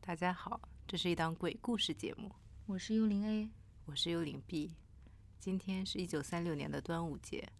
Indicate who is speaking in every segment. Speaker 1: 大家好，这是一档鬼故事节目，
Speaker 2: 我是幽灵 A。
Speaker 1: 我是幽灵 B。今天是一九三六年的端午节，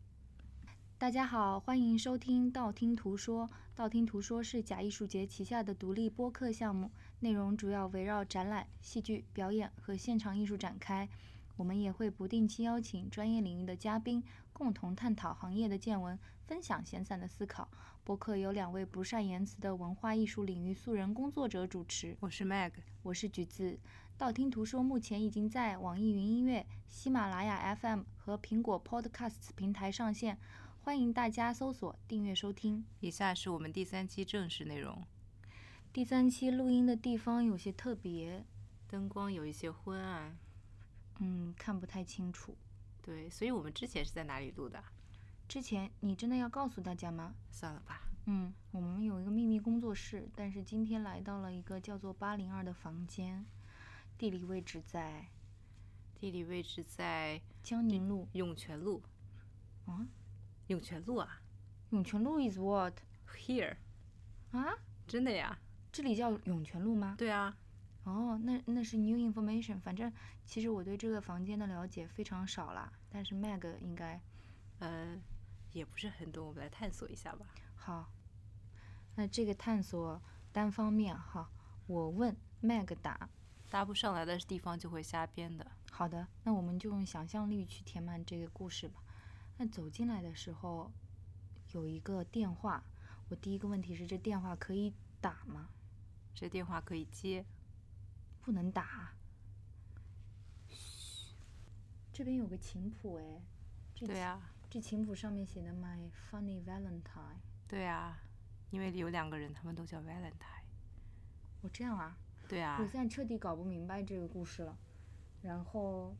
Speaker 2: 大家好，欢迎收听道听途说。道听途说是假艺术节旗下的独立播客项目，内容主要围绕展览、戏剧表演和现场艺术展开。我们也会不定期邀请专业领域的嘉宾，共同探讨行业的见闻，分享闲散的思考。播客由两位不善言辞的文化艺术领域素人工作者主持。
Speaker 1: 我是 Mag。
Speaker 2: 我是橘子。道听途说目前已经在网易云音乐、喜马拉雅 FM 和苹果 Podcasts 平台上线，欢迎大家搜索订阅收听。
Speaker 1: 以下是我们第三期正式内容，
Speaker 2: 第三期录音的地方有些特别，
Speaker 1: 灯光有一些昏暗，
Speaker 2: 嗯，看不太清楚。
Speaker 1: 对，所以我们之前是在哪里录的？
Speaker 2: 之前你真的要告诉大家吗？
Speaker 1: 算了吧，
Speaker 2: 嗯，我们有一个秘密工作室，但是今天来到了一个叫做八零二的房间，地理位置在
Speaker 1: 地理位置在
Speaker 2: 江宁路
Speaker 1: 涌泉路，
Speaker 2: 啊，
Speaker 1: 涌泉路啊
Speaker 2: 涌泉路 is what
Speaker 1: ，Here，
Speaker 2: 啊？
Speaker 1: 真的呀？
Speaker 2: 这里叫涌泉路吗？
Speaker 1: 对啊，
Speaker 2: 哦，那那是 new information。反正其实我对这个房间的了解非常少啦，但是 Mag 应该
Speaker 1: 呃，也不是很懂，我们来探索一下吧。
Speaker 2: 好。那这个探索单方面哈，我问 Mag 答。
Speaker 1: 搭不上来的地方就会瞎编的。
Speaker 2: 好的，那我们就用想象力去填满这个故事吧。那走进来的时候，有一个电话。我第一个问题是，这电话可以打吗？
Speaker 1: 这电话可以接，
Speaker 2: 不能打啊。这边有个琴谱哎，这
Speaker 1: 对
Speaker 2: 琴
Speaker 1: 啊，
Speaker 2: 这琴谱上面写的 My Funny Valentine，
Speaker 1: 对啊，因为有两个人，他们都叫 Valentine。
Speaker 2: 我这样啊，
Speaker 1: 对啊
Speaker 2: 我，现在彻底搞不明白这个故事了。然后，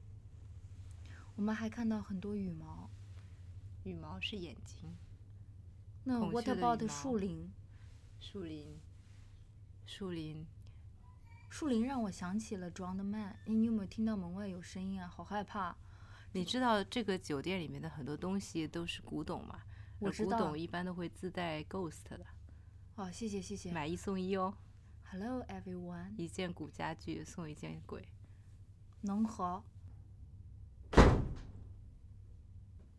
Speaker 2: 我们还看到很多羽毛。
Speaker 1: 羽毛是眼睛，
Speaker 2: 那
Speaker 1: 孔
Speaker 2: What
Speaker 1: 雀的羽
Speaker 2: about
Speaker 1: 毛
Speaker 2: 树林？
Speaker 1: 树林，树林，
Speaker 2: 树林让我想起了 Drowned Man。你哎你有没有听到门外有声音啊？好害怕！
Speaker 1: 你知道这个酒店里面的很多东西都是古董吗？
Speaker 2: 我
Speaker 1: 而
Speaker 2: 知
Speaker 1: 古
Speaker 2: 道
Speaker 1: 董一般都会自带 ghost 的，
Speaker 2: 哦，谢谢谢谢。
Speaker 1: 买一送一哦，
Speaker 2: Hello everyone，
Speaker 1: 一件古家具送一件鬼。
Speaker 2: 能好。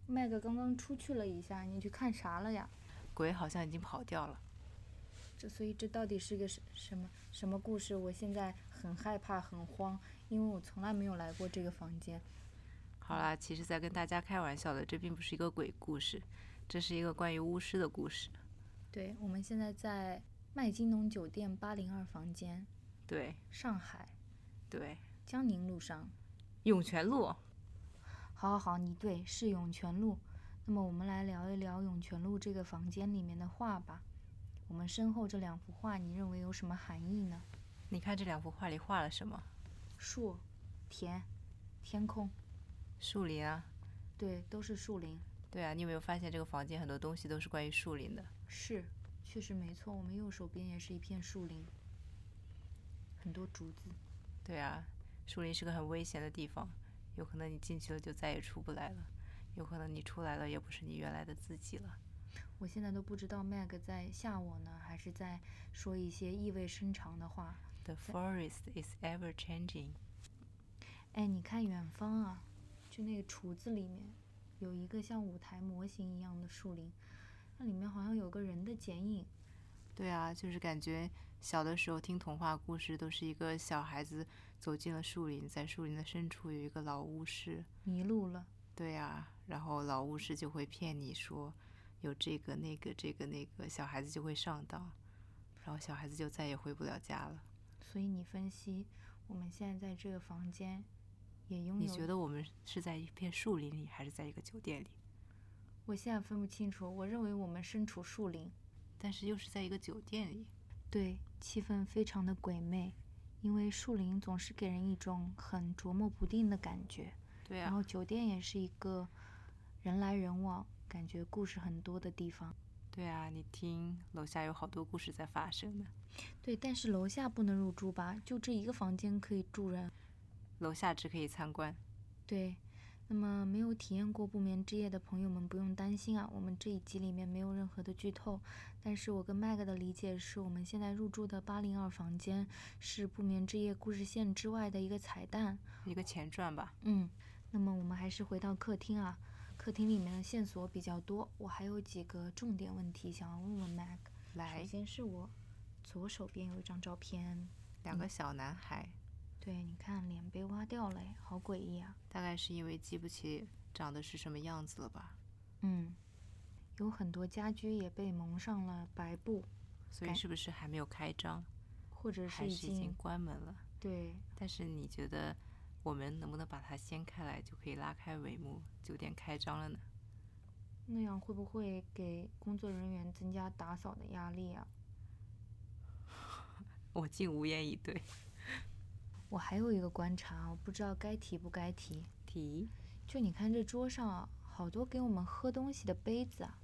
Speaker 2: 麦克刚刚出去了一下，你去看啥了呀？
Speaker 1: 鬼好像已经跑掉了，
Speaker 2: 这所以这到底是个什什么什么故事？我现在很害怕，很慌，因为我从来没有来过这个房间。
Speaker 1: 好啦，其实在跟大家开玩笑的，这并不是一个鬼故事，这是一个关于巫师的故事。
Speaker 2: 对，我们现在在麦金农酒店八零二房间，
Speaker 1: 对
Speaker 2: 上海
Speaker 1: 对，
Speaker 2: 江宁路上。
Speaker 1: 涌泉路，
Speaker 2: 好好好，你对，是涌泉路。那么我们来聊一聊涌泉路这个房间里面的画吧。我们身后这两幅画，你认为有什么含义呢？
Speaker 1: 你看这两幅画里画了什么？
Speaker 2: 树、田、天空，
Speaker 1: 树林啊，
Speaker 2: 对，都是树林。
Speaker 1: 对啊，你有没有发现这个房间很多东西都是关于树林的？
Speaker 2: 是，确实没错。我们右手边也是一片树林，很多竹子。
Speaker 1: 对啊，树林是个很危险的地方，有可能你进去了就再也出不来了，有可能你出来了也不是你原来的自己了。
Speaker 2: 我现在都不知道 Mag 在吓我呢，还是在说一些意味深长的话。
Speaker 1: The forest is ever changing。
Speaker 2: 哎，你看远方啊，就那个橱子里面有一个像舞台模型一样的树林，那里面好像有个人的剪影。
Speaker 1: 对啊，就是感觉小的时候听童话故事都是一个小孩子走进了树林，在树林的深处有一个老巫师。
Speaker 2: 迷路了，
Speaker 1: 对啊，然后老巫师就会骗你说有这个那个这个那个，小孩子就会上当，然后小孩子就再也回不了家了。
Speaker 2: 所以你分析，我们现在在这个房间也拥
Speaker 1: 你
Speaker 2: 有。
Speaker 1: 觉得我们是在一片树林里，还是在一个酒店里？
Speaker 2: 我现在分不清楚，我认为我们身处树林，
Speaker 1: 但是又是在一个酒店里。
Speaker 2: 对，气氛非常的鬼魅，因为树林总是给人一种很琢磨不定的感觉。
Speaker 1: 对
Speaker 2: 然
Speaker 1: 啊，
Speaker 2: 后酒店也是一个人来人往，感觉故事很多的地方。
Speaker 1: 对啊，你听，楼下有好多故事在发生呢。
Speaker 2: 对，但是楼下不能入住吧？就这一个房间可以住人。
Speaker 1: 楼下只可以参观，
Speaker 2: 对，那么没有体验过不眠之夜的朋友们不用担心啊，我们这一集里面没有任何的剧透。但是我跟麦克的理解是，我们现在入住的八零二房间是不眠之夜故事线之外的一个彩蛋。
Speaker 1: 一个前传吧。
Speaker 2: 嗯，那么我们还是回到客厅啊，客厅里面的线索比较多，我还有几个重点问题想要问问 Mac。首
Speaker 1: 来，
Speaker 2: 先是我左手边有一张照片，
Speaker 1: 两个小男孩，
Speaker 2: 对，你看脸被挖掉了，哎，好诡异啊。
Speaker 1: 大概是因为记不起长得是什么样子了吧，
Speaker 2: 嗯，有很多家居也被蒙上了白布，
Speaker 1: 所以
Speaker 2: 感
Speaker 1: 是不是还没有开张，
Speaker 2: 或者
Speaker 1: 还
Speaker 2: 已
Speaker 1: 是已经关门了？
Speaker 2: 对，
Speaker 1: 但是你觉得我们能不能把它掀开来，就可以拉开帷幕，九点开张了呢？
Speaker 2: 那样会不会给工作人员增加打扫的压力啊？
Speaker 1: 我竟无言以对。
Speaker 2: 我还有一个观察，我不知道该提不该提。
Speaker 1: 提，
Speaker 2: 就你看这桌上啊，好多给我们喝东西的杯子啊，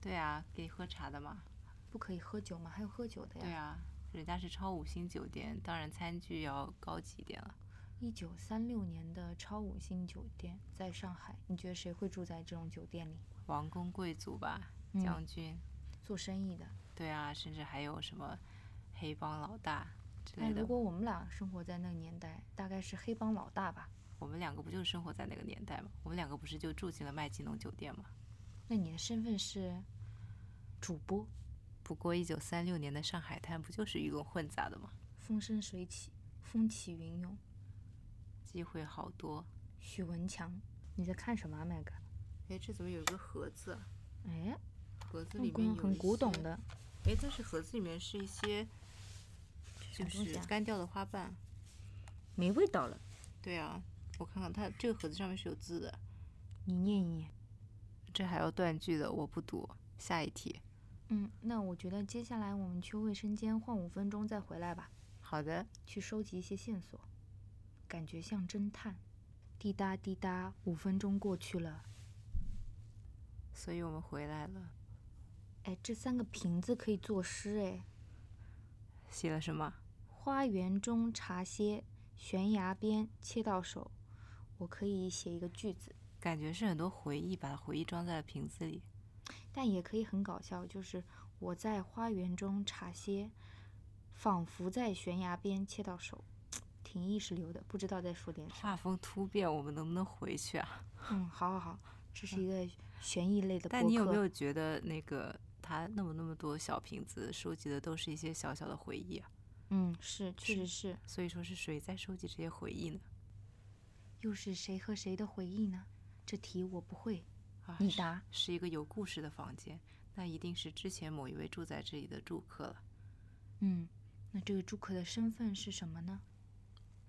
Speaker 1: 对啊，给你喝茶的嘛。
Speaker 2: 不可以喝酒嘛，还有喝酒的
Speaker 1: 对
Speaker 2: 呀。
Speaker 1: 啊，人家是超五星酒店，当然餐具要高级一点了。
Speaker 2: 一九三六年的超五星酒店在上海，你觉得谁会住在这种酒店里
Speaker 1: 王公贵族吧，
Speaker 2: 嗯
Speaker 1: 将军。
Speaker 2: 做生意的？
Speaker 1: 对啊，甚至还有什么黑帮老大之
Speaker 2: 那
Speaker 1: 类的
Speaker 2: 哎如。果我们俩生活在那个年代，大概是黑帮老大吧？
Speaker 1: 我们两个不就是生活在那个年代吗？我们两个不是就住进了麦吉农酒店吗？
Speaker 2: 那你的身份是主播，
Speaker 1: 不过，一九三六年的上海滩不就是鱼龙混杂的吗？
Speaker 2: 风生水起，风起云涌。
Speaker 1: 机会好多。
Speaker 2: 许文强，你在看什么啊，麦哥？
Speaker 1: 哎，这怎么有一个盒子啊？
Speaker 2: 哎，
Speaker 1: 盒子
Speaker 2: 那
Speaker 1: 里
Speaker 2: 个
Speaker 1: 面有
Speaker 2: 很
Speaker 1: 一
Speaker 2: 古董
Speaker 1: 些。
Speaker 2: 的，
Speaker 1: 哎，但是盒子里面是一些
Speaker 2: 什
Speaker 1: 就
Speaker 2: 么东西
Speaker 1: 是
Speaker 2: 啊？
Speaker 1: 干掉的花瓣。
Speaker 2: 没味道了，
Speaker 1: 对啊，我看看它这个盒子上面是有字的。
Speaker 2: 你念一念。
Speaker 1: 这还要断句的，我不读。下一题。
Speaker 2: 嗯，那我觉得接下来我们去卫生间晃五分钟再回来吧，
Speaker 1: 好的，
Speaker 2: 去收集一些线索，感觉像侦探。滴答滴答，五分钟过去了。
Speaker 1: 所以我们回来了。
Speaker 2: 哎，这三个瓶子可以作诗哎。
Speaker 1: 写了什么？
Speaker 2: 花园中茶歇，悬崖边切到手。我可以写一个句子，
Speaker 1: 感觉是很多回忆，把回忆装在了瓶子里。
Speaker 2: 但也可以很搞笑，就是我在花园中茶歇，仿佛在悬崖边切到手，挺意识流的，不知道在说点啥。
Speaker 1: 画风突变，我们能不能回去 啊？
Speaker 2: 嗯，好好好，这是一个悬疑类的播客。
Speaker 1: 嗯但你有没有觉得那个他那么那么多小瓶子收集的都是一些小小的回忆啊？
Speaker 2: 嗯，是，确
Speaker 1: 是
Speaker 2: 实是。
Speaker 1: 所以说是谁在收集这些回忆呢？
Speaker 2: 又是谁和谁的回忆呢？这题我不会，
Speaker 1: 啊，
Speaker 2: 你
Speaker 1: 是
Speaker 2: 答。
Speaker 1: 是一个有故事的房间，那一定是之前某一位住在这里的住客了。
Speaker 2: 嗯，那这个住客的身份是什么呢？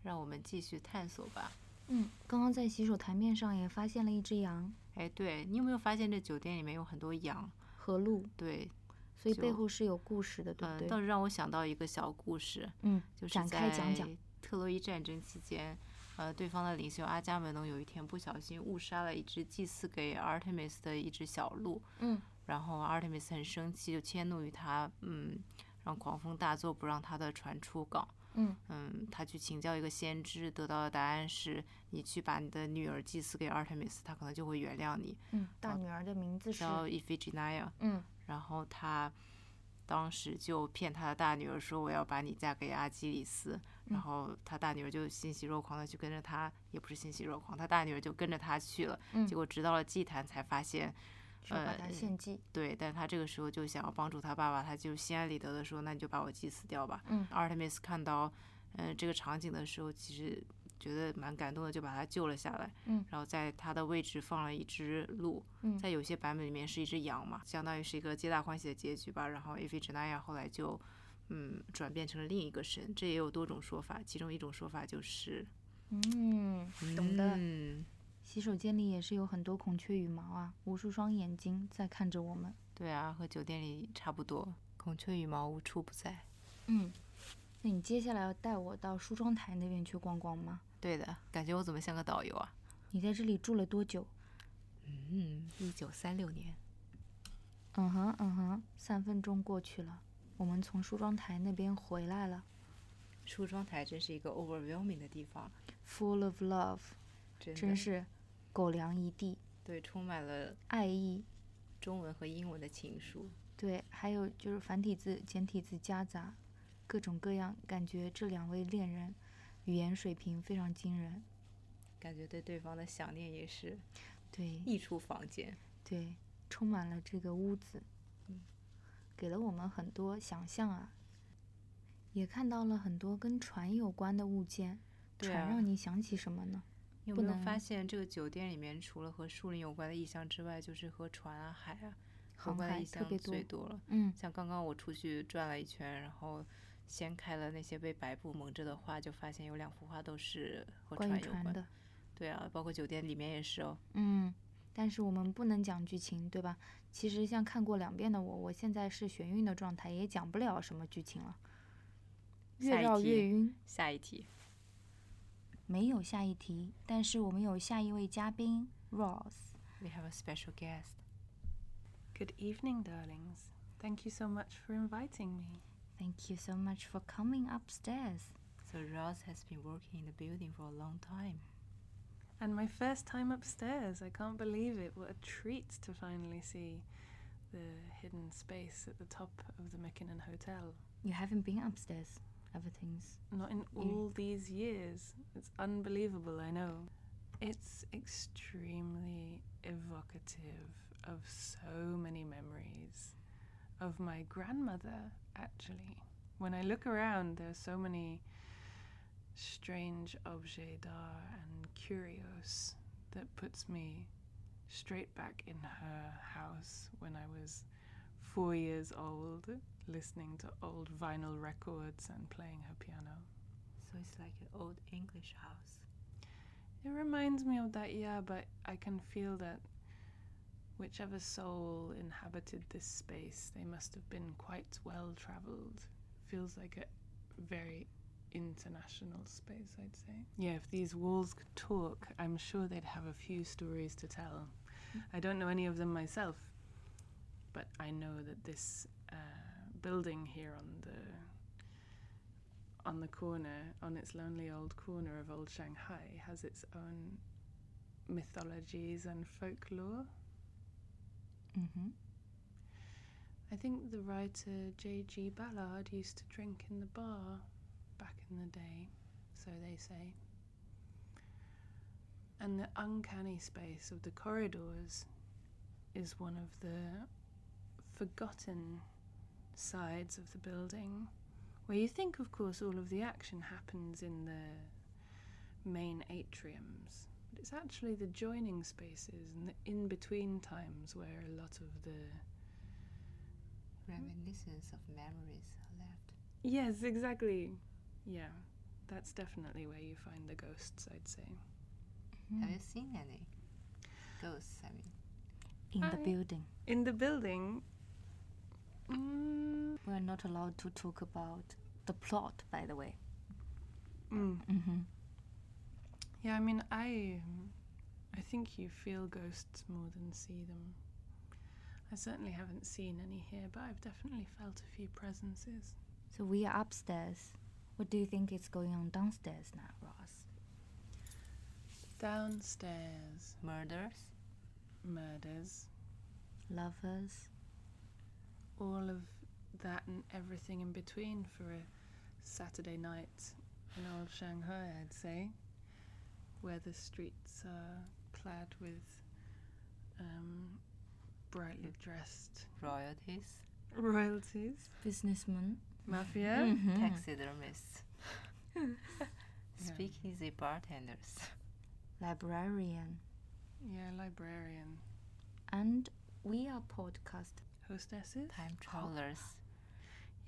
Speaker 1: 让我们继续探索吧。
Speaker 2: 嗯，刚刚在洗手台面上也发现了一只羊，
Speaker 1: 哎，对你有没有发现这酒店里面有很多羊？
Speaker 2: 和路，
Speaker 1: 对，
Speaker 2: 所以背
Speaker 1: 就
Speaker 2: 后是有故事的，哦对不
Speaker 1: 嗯，
Speaker 2: 对？
Speaker 1: 倒是让我想到一个小故事，
Speaker 2: 嗯，
Speaker 1: 就是
Speaker 2: 展开讲讲。。
Speaker 1: 特洛伊战争期间，呃，对方的领袖阿伽门农有一天不小心误杀了一只祭祀给 Artemis 的一只小鹿，
Speaker 2: 嗯，
Speaker 1: 然后 Artemis 很生气，就迁怒于他，嗯，让狂风大作，不让他的船出港。
Speaker 2: 嗯
Speaker 1: 嗯，他去请教一个先知，得到的答案是：你去把你的女儿祭祀给 Artemis，他可能就会原谅你。
Speaker 2: 嗯，大女儿的名字是，
Speaker 1: 叫 Iphigenia，
Speaker 2: 嗯
Speaker 1: 然后他当时就骗他的大女儿说我要把你嫁给阿基里斯，
Speaker 2: 嗯
Speaker 1: 然后他大女儿就欣喜若狂的去跟着他，也不是欣喜若狂，他大女儿就跟着他去了，
Speaker 2: 嗯
Speaker 1: 结，果直到了祭坛才发现，
Speaker 2: 说把她
Speaker 1: 呃
Speaker 2: 献祭，
Speaker 1: 对，但他这个时候就想要帮助他爸爸，他就心安理得的说那你就把我祭祀掉吧。
Speaker 2: 嗯
Speaker 1: ，Artemis 看到嗯、呃这个场景的时候，其实。觉得蛮感动的，就把他救了下来。
Speaker 2: 嗯
Speaker 1: 然后在他的位置放了一只鹿，
Speaker 2: 嗯
Speaker 1: 在有些版本里面是一只羊嘛，相当于是一个皆大欢喜的结局吧。然后 a p h i g e n i a 后来就，嗯，转变成了另一个神，这也有多种说法。其中一种说法就是，
Speaker 2: 嗯，懂的。
Speaker 1: 嗯，
Speaker 2: 洗手间里也是有很多孔雀羽毛啊，无数双眼睛在看着我们。
Speaker 1: 对啊，和酒店里差不多。孔雀羽毛无处不在。
Speaker 2: 嗯，那你接下来要带我到梳妆台那边去逛逛吗？
Speaker 1: 对的，感觉我怎么像个导游啊？
Speaker 2: 你在这里住了多久？
Speaker 1: 嗯，一九三六年，
Speaker 2: 嗯哼，嗯哼，三分钟过去了，我们从梳妆台那边回来了
Speaker 1: 梳妆台真是一个 overwhelming 的地方，
Speaker 2: ，full of love，
Speaker 1: 真的
Speaker 2: 真是狗粮一地，
Speaker 1: 对，充满了
Speaker 2: 爱意。
Speaker 1: 中文和英文的情书。
Speaker 2: 对，还有就是繁体字、简体字夹杂，各种各样，感觉这两位恋人语言水平非常惊人。
Speaker 1: 感觉对对方的想念也是
Speaker 2: 对
Speaker 1: 溢出房间。
Speaker 2: 对，充满了这个屋子，
Speaker 1: 嗯
Speaker 2: 给了我们很多想象啊，也看到了很多跟船有关的物件。
Speaker 1: 对
Speaker 2: 船
Speaker 1: 啊
Speaker 2: 让你想起什么呢？
Speaker 1: 你有
Speaker 2: 不
Speaker 1: 没有
Speaker 2: 能
Speaker 1: 发现这个酒店里面，除了和树林有关的意象之外，就是和船啊、海啊有
Speaker 2: 航
Speaker 1: 关的
Speaker 2: 海
Speaker 1: 意
Speaker 2: 特
Speaker 1: 象
Speaker 2: 别多
Speaker 1: 最多了。
Speaker 2: 嗯，
Speaker 1: 像刚刚我出去转了一圈，然后掀开了那些被白布蒙着的画，就发现有两幅画都是和
Speaker 2: 关
Speaker 1: 船
Speaker 2: 于
Speaker 1: 有
Speaker 2: 船
Speaker 1: 关。
Speaker 2: 的，
Speaker 1: 对啊，包括酒店里面也是哦。
Speaker 2: 嗯，但是我们不能讲剧情，对吧？其实像看过两遍的我，我现在是眩晕的状态，也讲不了什么剧情了，越
Speaker 1: 下一
Speaker 2: 绕
Speaker 1: 题
Speaker 2: 越晕。
Speaker 1: 下一题，
Speaker 2: 没有下一题，但是我们有下一位嘉宾 Rose。
Speaker 1: We have a special guest.
Speaker 3: Good evening, darlings. Thank you so much for inviting me.
Speaker 2: Thank you so much for coming upstairs.
Speaker 1: So Ross has been working in the building for a long time.
Speaker 3: And my first time upstairs. I can't believe it. What a treat to finally see the hidden space at the top of the Mackinnon Hotel.
Speaker 2: You haven't been upstairs. Everything's
Speaker 3: Not in all these years. It's unbelievable, I know. It's extremely evocative of so many memories of my grandmother, actually. When I look around, there are so many strange objets d'art and curios that puts me straight back in her house when I was four years old, listening to old vinyl records and playing her piano.
Speaker 1: So it's like an old English house.
Speaker 3: It reminds me of that, yeah, but I can feel that whichever soul inhabited this space, they must have been quite well traveled. Feels like a very international space, I'd say. Yeah, if these walls could talk, I'm sure they'd have a few stories to tell. I don't know any of them myself, but I know that this uh, building here on the on the corner, on its lonely old corner of old Shanghai, has its own mythologies and folklore.
Speaker 2: mm-hmm.
Speaker 3: I think the writer J.G. Ballard used to drink in the bar back in the day, so they say. And the uncanny space of the corridors is one of the forgotten sides of the building, where you think, of course, all of the action happens in the main atriums. But it's actually the joining spaces and the in between times where a lot of the
Speaker 1: Reminiscence of memories are left.
Speaker 3: Yes, exactly. Yeah, that's definitely where you find the ghosts, I'd say.
Speaker 2: Mm-hmm.
Speaker 1: Have you seen any ghosts? I mean,
Speaker 2: in the
Speaker 3: Hi.
Speaker 2: building.
Speaker 3: In the building. Mm,
Speaker 2: We're not allowed to talk about the plot, by the way.
Speaker 3: mm.
Speaker 2: Mm-hmm.
Speaker 3: Yeah, I mean, I, um, I think you feel ghosts more than see them. I certainly haven't seen any here, but I've definitely felt a few presences.
Speaker 2: So we are upstairs. What do you think is going on downstairs now, Ross?
Speaker 3: Downstairs,
Speaker 1: murders.
Speaker 3: murders,
Speaker 2: Lovers.
Speaker 3: all of that and everything in between for a Saturday night in old Shanghai, I'd say, where the streets are clad with um, brightly dressed
Speaker 1: royalties,
Speaker 3: royalties,
Speaker 2: Businessman.
Speaker 3: mafia.
Speaker 2: Mm.
Speaker 1: Mm.
Speaker 2: Mm-hmm.
Speaker 1: taxidermists. Speakeasy bartenders.
Speaker 2: Librarian.
Speaker 3: Yeah, librarian,
Speaker 2: And we are podcast.
Speaker 3: hostesses.
Speaker 1: Time travelers.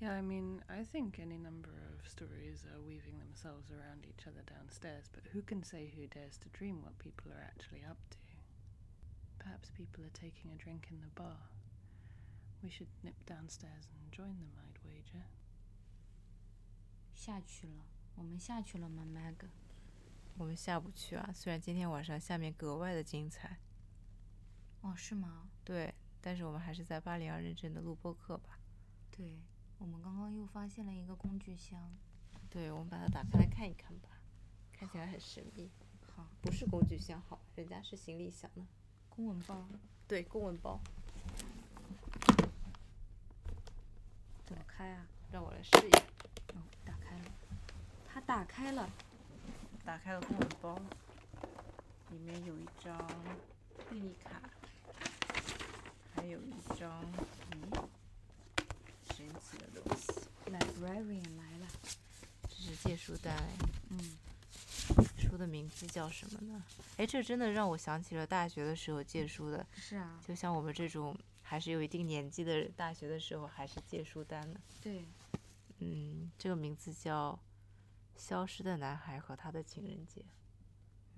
Speaker 3: Yeah, I mean, I think any number of stories are weaving themselves around each other downstairs, but who can say who dares to dream what people are actually up to? Perhaps people are taking a drink in the bar. We should nip downstairs and join them, I'd wager.
Speaker 2: 下去了，我们下去了吗，Meg？
Speaker 1: 我们下不去啊，虽然今天晚上下面格外的精彩，
Speaker 2: 哦，是吗？
Speaker 1: 对，但是我们还是在八零二认真的录播课吧。
Speaker 2: 对，我们刚刚又发现了一个工具箱。
Speaker 1: 对，我们把它打开来看一看吧，看起来很神秘。啊，不是工具箱好，人家是行李箱呢。
Speaker 4: 公文包
Speaker 1: 对，公文包。怎么开啊？让我来试一下。哦，打开了，它打开了，
Speaker 2: 打开了公文包，里面有一张便利卡，还有一张咦，神奇的东西。Librarian 来了，
Speaker 1: 这是借书单哎。
Speaker 2: 嗯，
Speaker 1: 书的名字叫什么呢？哎，这真的让我想起了大学的时候借书的，
Speaker 2: 是啊，
Speaker 1: 就像我们这种还是有一定年纪的人，大学的时候还是借书单的。
Speaker 2: 对，
Speaker 1: 嗯，这个名字叫《消失的男孩和他的情人节》。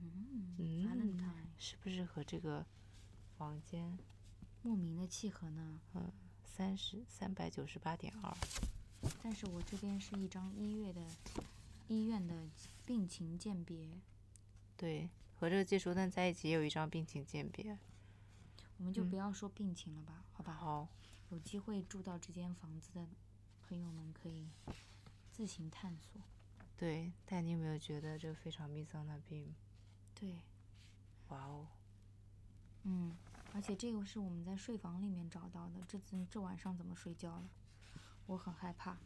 Speaker 2: 嗯
Speaker 1: 嗯
Speaker 2: ，Valentine，
Speaker 1: 是不是和这个房间
Speaker 2: 莫名的契合呢。
Speaker 1: 三十三百九十八点二？
Speaker 2: 但是我这边是一张医院的医院的病情鉴别，
Speaker 1: 对，和这个借书单在一起也有一张病情鉴别。
Speaker 2: 我们就
Speaker 1: 嗯
Speaker 2: 不要说病情了吧，好吧？
Speaker 1: 好，
Speaker 2: 有机会住到这间房子的朋友们可以自行探索。
Speaker 1: 对，但你有没有觉得这个非常密桑的病？
Speaker 2: 对，
Speaker 1: 哇哦，
Speaker 2: 嗯，而且这个是我们在睡房里面找到的，这次这晚上怎么睡觉了？我很害怕。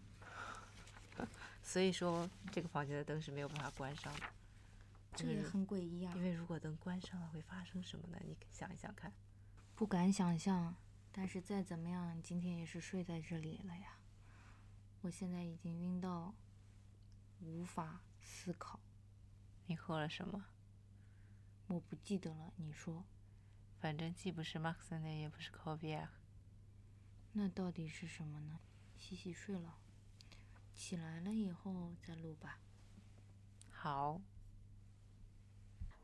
Speaker 1: 所以说这个房间的灯是没有办法关上的。嗯
Speaker 2: 这
Speaker 1: 因为
Speaker 2: 也
Speaker 1: 如
Speaker 2: 很诡异啊
Speaker 1: 因！为如果灯关上了，会发生什么呢？你想一想看。
Speaker 2: 不敢想象，但是再怎么样，今天也是睡在这里了呀。我现在已经晕到无法思考，
Speaker 1: 你喝了什么？
Speaker 2: 我不记得了。你说，
Speaker 1: 反正既不是 m a x o n 也不是啊 c o v i a
Speaker 2: 那到底是什么呢？洗洗睡了，起来了以后再录吧。
Speaker 1: 好，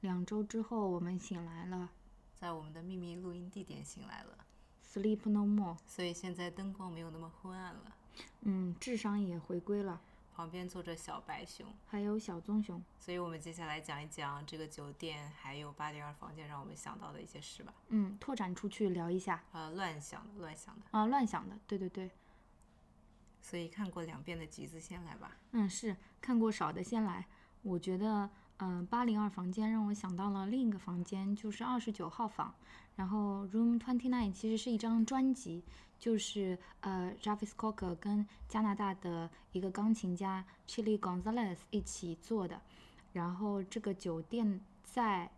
Speaker 2: 两周之后，我们醒来了
Speaker 1: 在我们的秘密录音地点醒来了，
Speaker 2: ，Sleep No More。
Speaker 1: 所以现在灯光没有那么昏暗了。
Speaker 2: 嗯，智商也回归了，
Speaker 1: 旁边坐着小白熊，
Speaker 2: 还有小棕熊。
Speaker 1: 所以我们接下来讲一讲这个酒店还有八点二房间让我们想到的一些事吧。
Speaker 2: 嗯，拓展出去聊一下
Speaker 1: 呃，乱想的，乱想的。
Speaker 2: 啊，乱想的，对对对，
Speaker 1: 所以看过两遍的橘子先来吧。
Speaker 2: 嗯，是看过少的先来。我觉得，嗯、八零二房间让我想到了另一个房间，就是二十九号房。然后 Room Twenty Nine 其实是一张专辑，就是呃 Jarvis Cocker 跟加拿大的一个钢琴家 Chili Gonzalez 一起做的。然后这个酒店在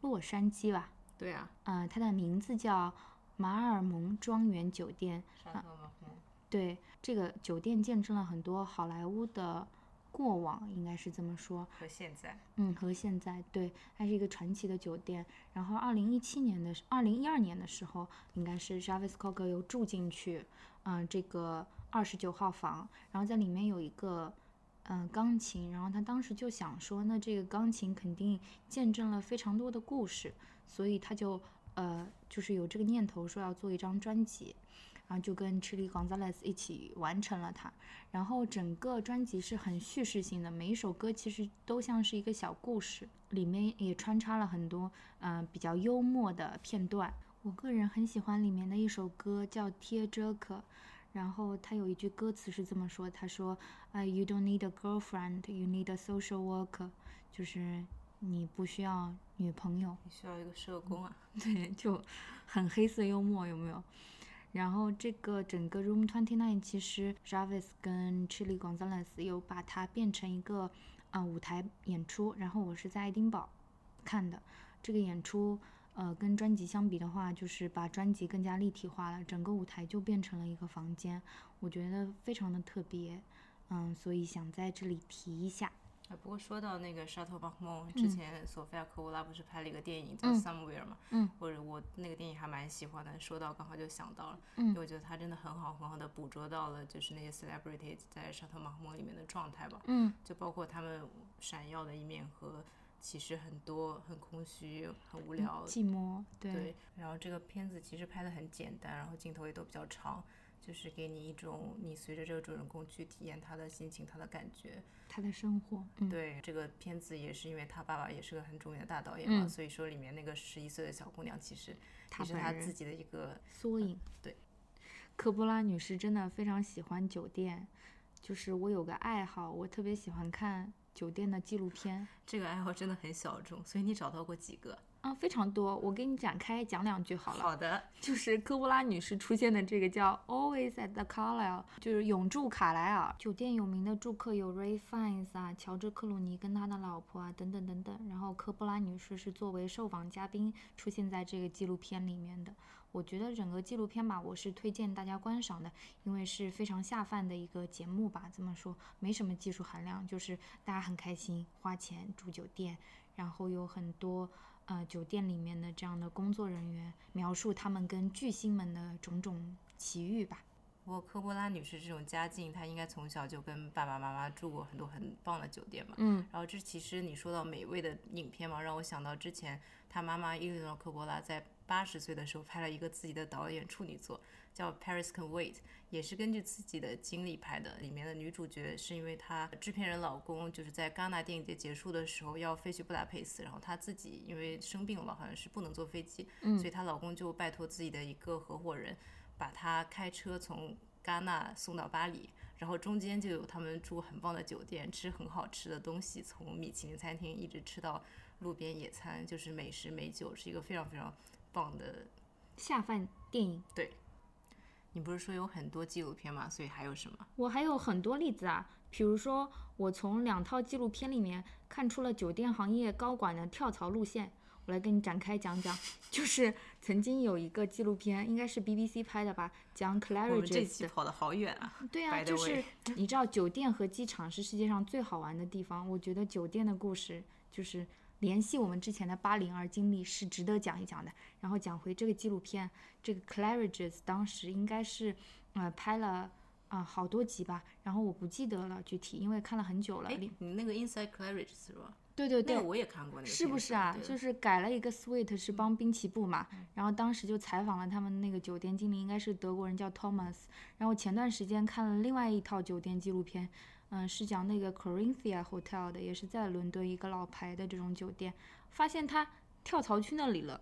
Speaker 2: 洛杉矶吧，
Speaker 1: 对啊，
Speaker 2: 嗯、它的名字叫马尔蒙庄园酒店。
Speaker 1: 沙特吗？嗯，
Speaker 2: 对，这个酒店见证了很多好莱坞的过往，应该是这么说。
Speaker 1: 和现在
Speaker 2: 嗯，和现在对，它是一个传奇的酒店。然后，二零一七年的时，二零一二年的时候，应该是 Jarvis Cocker 又住进去，嗯、这个二十九号房，然后在里面有一个。嗯，钢琴，然后他当时就想说，那这个钢琴肯定见证了非常多的故事，所以他就呃，就是有这个念头说要做一张专辑，然后就跟 Chili Gonzalez 一起完成了它。然后整个专辑是很叙事性的，每一首歌其实都像是一个小故事，里面也穿插了很多嗯、呃比较幽默的片段。我个人很喜欢里面的一首歌叫《贴着可》，然后他有一句歌词是这么说：“他说，呃、y o u don't need a girlfriend, you need a social worker，就是你不需要女朋友，
Speaker 1: 你需要一个社工啊。
Speaker 2: 对，就很黑色幽默，有没有？然后这个整个 Room Twenty Nine 其实 Jarvis 跟 Chili Gonzalez 有把它变成一个呃舞台演出，然后我是在爱丁堡看的这个演出，呃，跟专辑相比的话，就是把专辑更加立体化了，整个舞台就变成了一个房间，我觉得非常的特别，嗯，所以想在这里提一下，
Speaker 1: 啊，不过说到那个沙特巴梦，之
Speaker 2: 嗯
Speaker 1: 前索菲亚·科波拉不是拍了一个电影叫《
Speaker 2: 嗯
Speaker 1: Somewhere》嘛？
Speaker 2: 嗯，
Speaker 1: 我我那个电影还蛮喜欢的。说到刚好就想到了，
Speaker 2: 嗯
Speaker 1: 因为我觉得他真的很好很好的捕捉到了就是那些 celebrity 在沙特巴梦里面的状态吧，
Speaker 2: 嗯
Speaker 1: 就包括他们闪耀的一面和其实很多很空虚、很无聊。
Speaker 2: 寂寞，嗯对，
Speaker 1: 对，然后这个片子其实拍的很简单，然后镜头也都比较长，就是给你一种你随着这个主人公去体验他的心情、他的感觉。
Speaker 2: 他的生活，嗯，
Speaker 1: 对，这个片子也是因为他爸爸也是个很著名的大导演嘛，
Speaker 2: 嗯
Speaker 1: 所以说里面那个十一岁的小姑娘其实
Speaker 2: 他
Speaker 1: 也是
Speaker 2: 本
Speaker 1: 他
Speaker 2: 人
Speaker 1: 自己的一个
Speaker 2: 缩影。
Speaker 1: 对，
Speaker 2: 科波拉女士真的非常喜欢酒店，就是我有个爱好，我特别喜欢看酒店的纪录片
Speaker 1: 这个爱好真的很小众，所以你找到过几个？
Speaker 2: 啊，非常多。我给你展开讲两句好了。
Speaker 1: 好的，
Speaker 2: 就是科波拉女士出现的这个叫 Always at the Carlyle，就是永驻卡莱尔酒店有名的住客有 Ray Fiennes 啊、乔治克鲁尼跟他的老婆啊等等等等。然后科波拉女士是作为受访嘉宾出现在这个纪录片里面的。我觉得整个纪录片吧，我是推荐大家观赏的，因为是非常下饭的一个节目吧。这么说没什么技术含量，就是大家很开心，花钱住酒店，然后有很多呃酒店里面的这样的工作人员描述他们跟巨星们的种种奇遇吧。
Speaker 1: 不过科波拉女士这种家境，她应该从小就跟爸爸妈妈住过很多很棒的酒店吧。
Speaker 2: 嗯，
Speaker 1: 然后这其实你说到美味的影片嘛，让我想到之前她妈妈伊莉诺·科波拉在八十岁的时候拍了一个自己的导演处女作，叫《Paris Can Wait》，也是根据自己的经历拍的。里面的女主角是因为她制片人老公就是在戛纳电影节结束的时候要飞去布达佩斯，然后她自己因为生病了，好像是不能坐飞机，所以她老公就拜托自己的一个合伙人把她开车从戛纳送到巴黎。然后中间就有他们住很棒的酒店，吃很好吃的东西，从米其林餐厅一直吃到路边野餐，就是美食美酒，是一个非常非常棒的。
Speaker 2: 下饭电影，
Speaker 1: 你不是说有很多纪录片吗？所以还有什么？
Speaker 2: 我还有很多例子啊，比如说我从两套纪录片里面看出了酒店行业高管的跳槽路线。我来跟你展开讲 讲，就是曾经有一个纪录片，应该是 BBC 拍的吧，讲
Speaker 1: 我们这
Speaker 2: Claridge's
Speaker 1: 期
Speaker 2: 的
Speaker 1: 跑得好远 啊！
Speaker 2: 对啊，
Speaker 1: by the
Speaker 2: 就是
Speaker 1: way
Speaker 2: 你知道，酒店和机场是世界上最好玩的地方。我觉得酒店的故事就是联系我们之前的八零二经历是值得讲一讲的。然后讲回这个纪录片，这个 Claridge's 当时应该是呃拍了啊、呃好多集吧，然后我不记得了具体，因为看了很久了。
Speaker 1: 哎
Speaker 2: 里，
Speaker 1: 你那个 Inside Claridge 是吧？
Speaker 2: 对对
Speaker 1: 那
Speaker 2: 对，
Speaker 1: 个我也看过那个片子，
Speaker 2: 是不是啊？
Speaker 1: 对的嗯
Speaker 2: 就是改了一个 suite，是帮滨崎步嘛。然后当时就采访了他们那个酒店经理，应该是德国人，叫 Thomas。然后前段时间看了另外一套酒店纪录片，嗯、是讲那个 Corinthia Hotel 的，也是在伦敦一个老牌的这种酒店，发现他跳槽去那里了。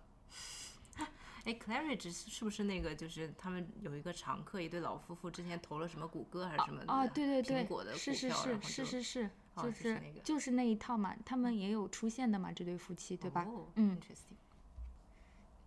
Speaker 1: 哎，Claridge 是是不是那个就是他们有一个常客，一对老夫妇之前投了什么谷歌还是什么的
Speaker 2: 啊，对对对
Speaker 1: 苹果的，股
Speaker 2: 是是
Speaker 1: 票
Speaker 2: 是
Speaker 1: 然后
Speaker 2: 是
Speaker 1: 就是
Speaker 2: 是，
Speaker 1: 哦
Speaker 2: 就
Speaker 1: 就是
Speaker 2: 是
Speaker 1: 那个嗯
Speaker 2: 就是那一套嘛，他们也有出现的嘛，这对夫妻对吧？
Speaker 1: 哦、
Speaker 2: 嗯
Speaker 1: interesting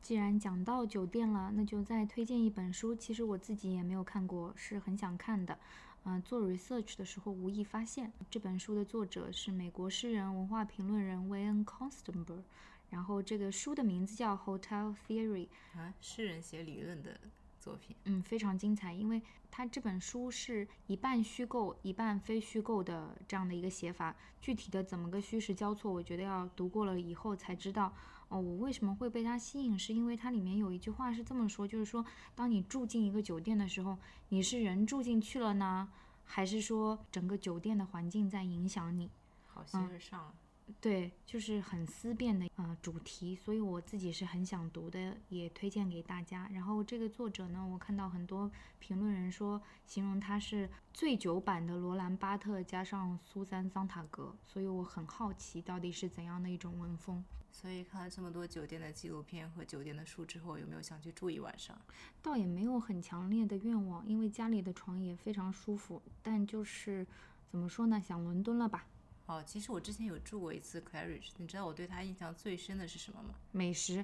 Speaker 2: 既然讲到酒店了，那就再推荐一本书。其实我自己也没有看过，是很想看的。嗯、做 research 的时候无意发现，这本书的作者是美国诗人、文化评论人维恩·康斯坦伯。然后这个书的名字叫《Hotel Theory》，
Speaker 1: 啊，诗人写理论的作品。
Speaker 2: 嗯，非常精彩，因为它这本书是一半虚构、一半非虚构的这样的一个写法，具体的怎么个虚实交错，我觉得要读过了以后才知道。哦，我为什么会被它吸引？是因为它里面有一句话是这么说，就是说，当你住进一个酒店的时候，你是人住进去了呢，还是说整个酒店的环境在影响你？
Speaker 1: 好形
Speaker 2: 嗯
Speaker 1: 而上啊，
Speaker 2: 对，就是很思辨的呃主题，所以我自己是很想读的，也推荐给大家。然后这个作者呢，我看到很多评论人说，形容他是醉酒版的罗兰巴特加上苏珊桑塔格，所以我很好奇到底是怎样的一种文风。
Speaker 1: 所以看了这么多酒店的纪录片和酒店的书之后，有没有想去住一晚上？
Speaker 2: 倒也没有很强烈的愿望，因为家里的床也非常舒服，但就是怎么说呢，想伦敦了吧？
Speaker 1: 哦，其实我之前有住过一次 Claridge，你知道我对它印象最深的是什么吗？
Speaker 2: 美食，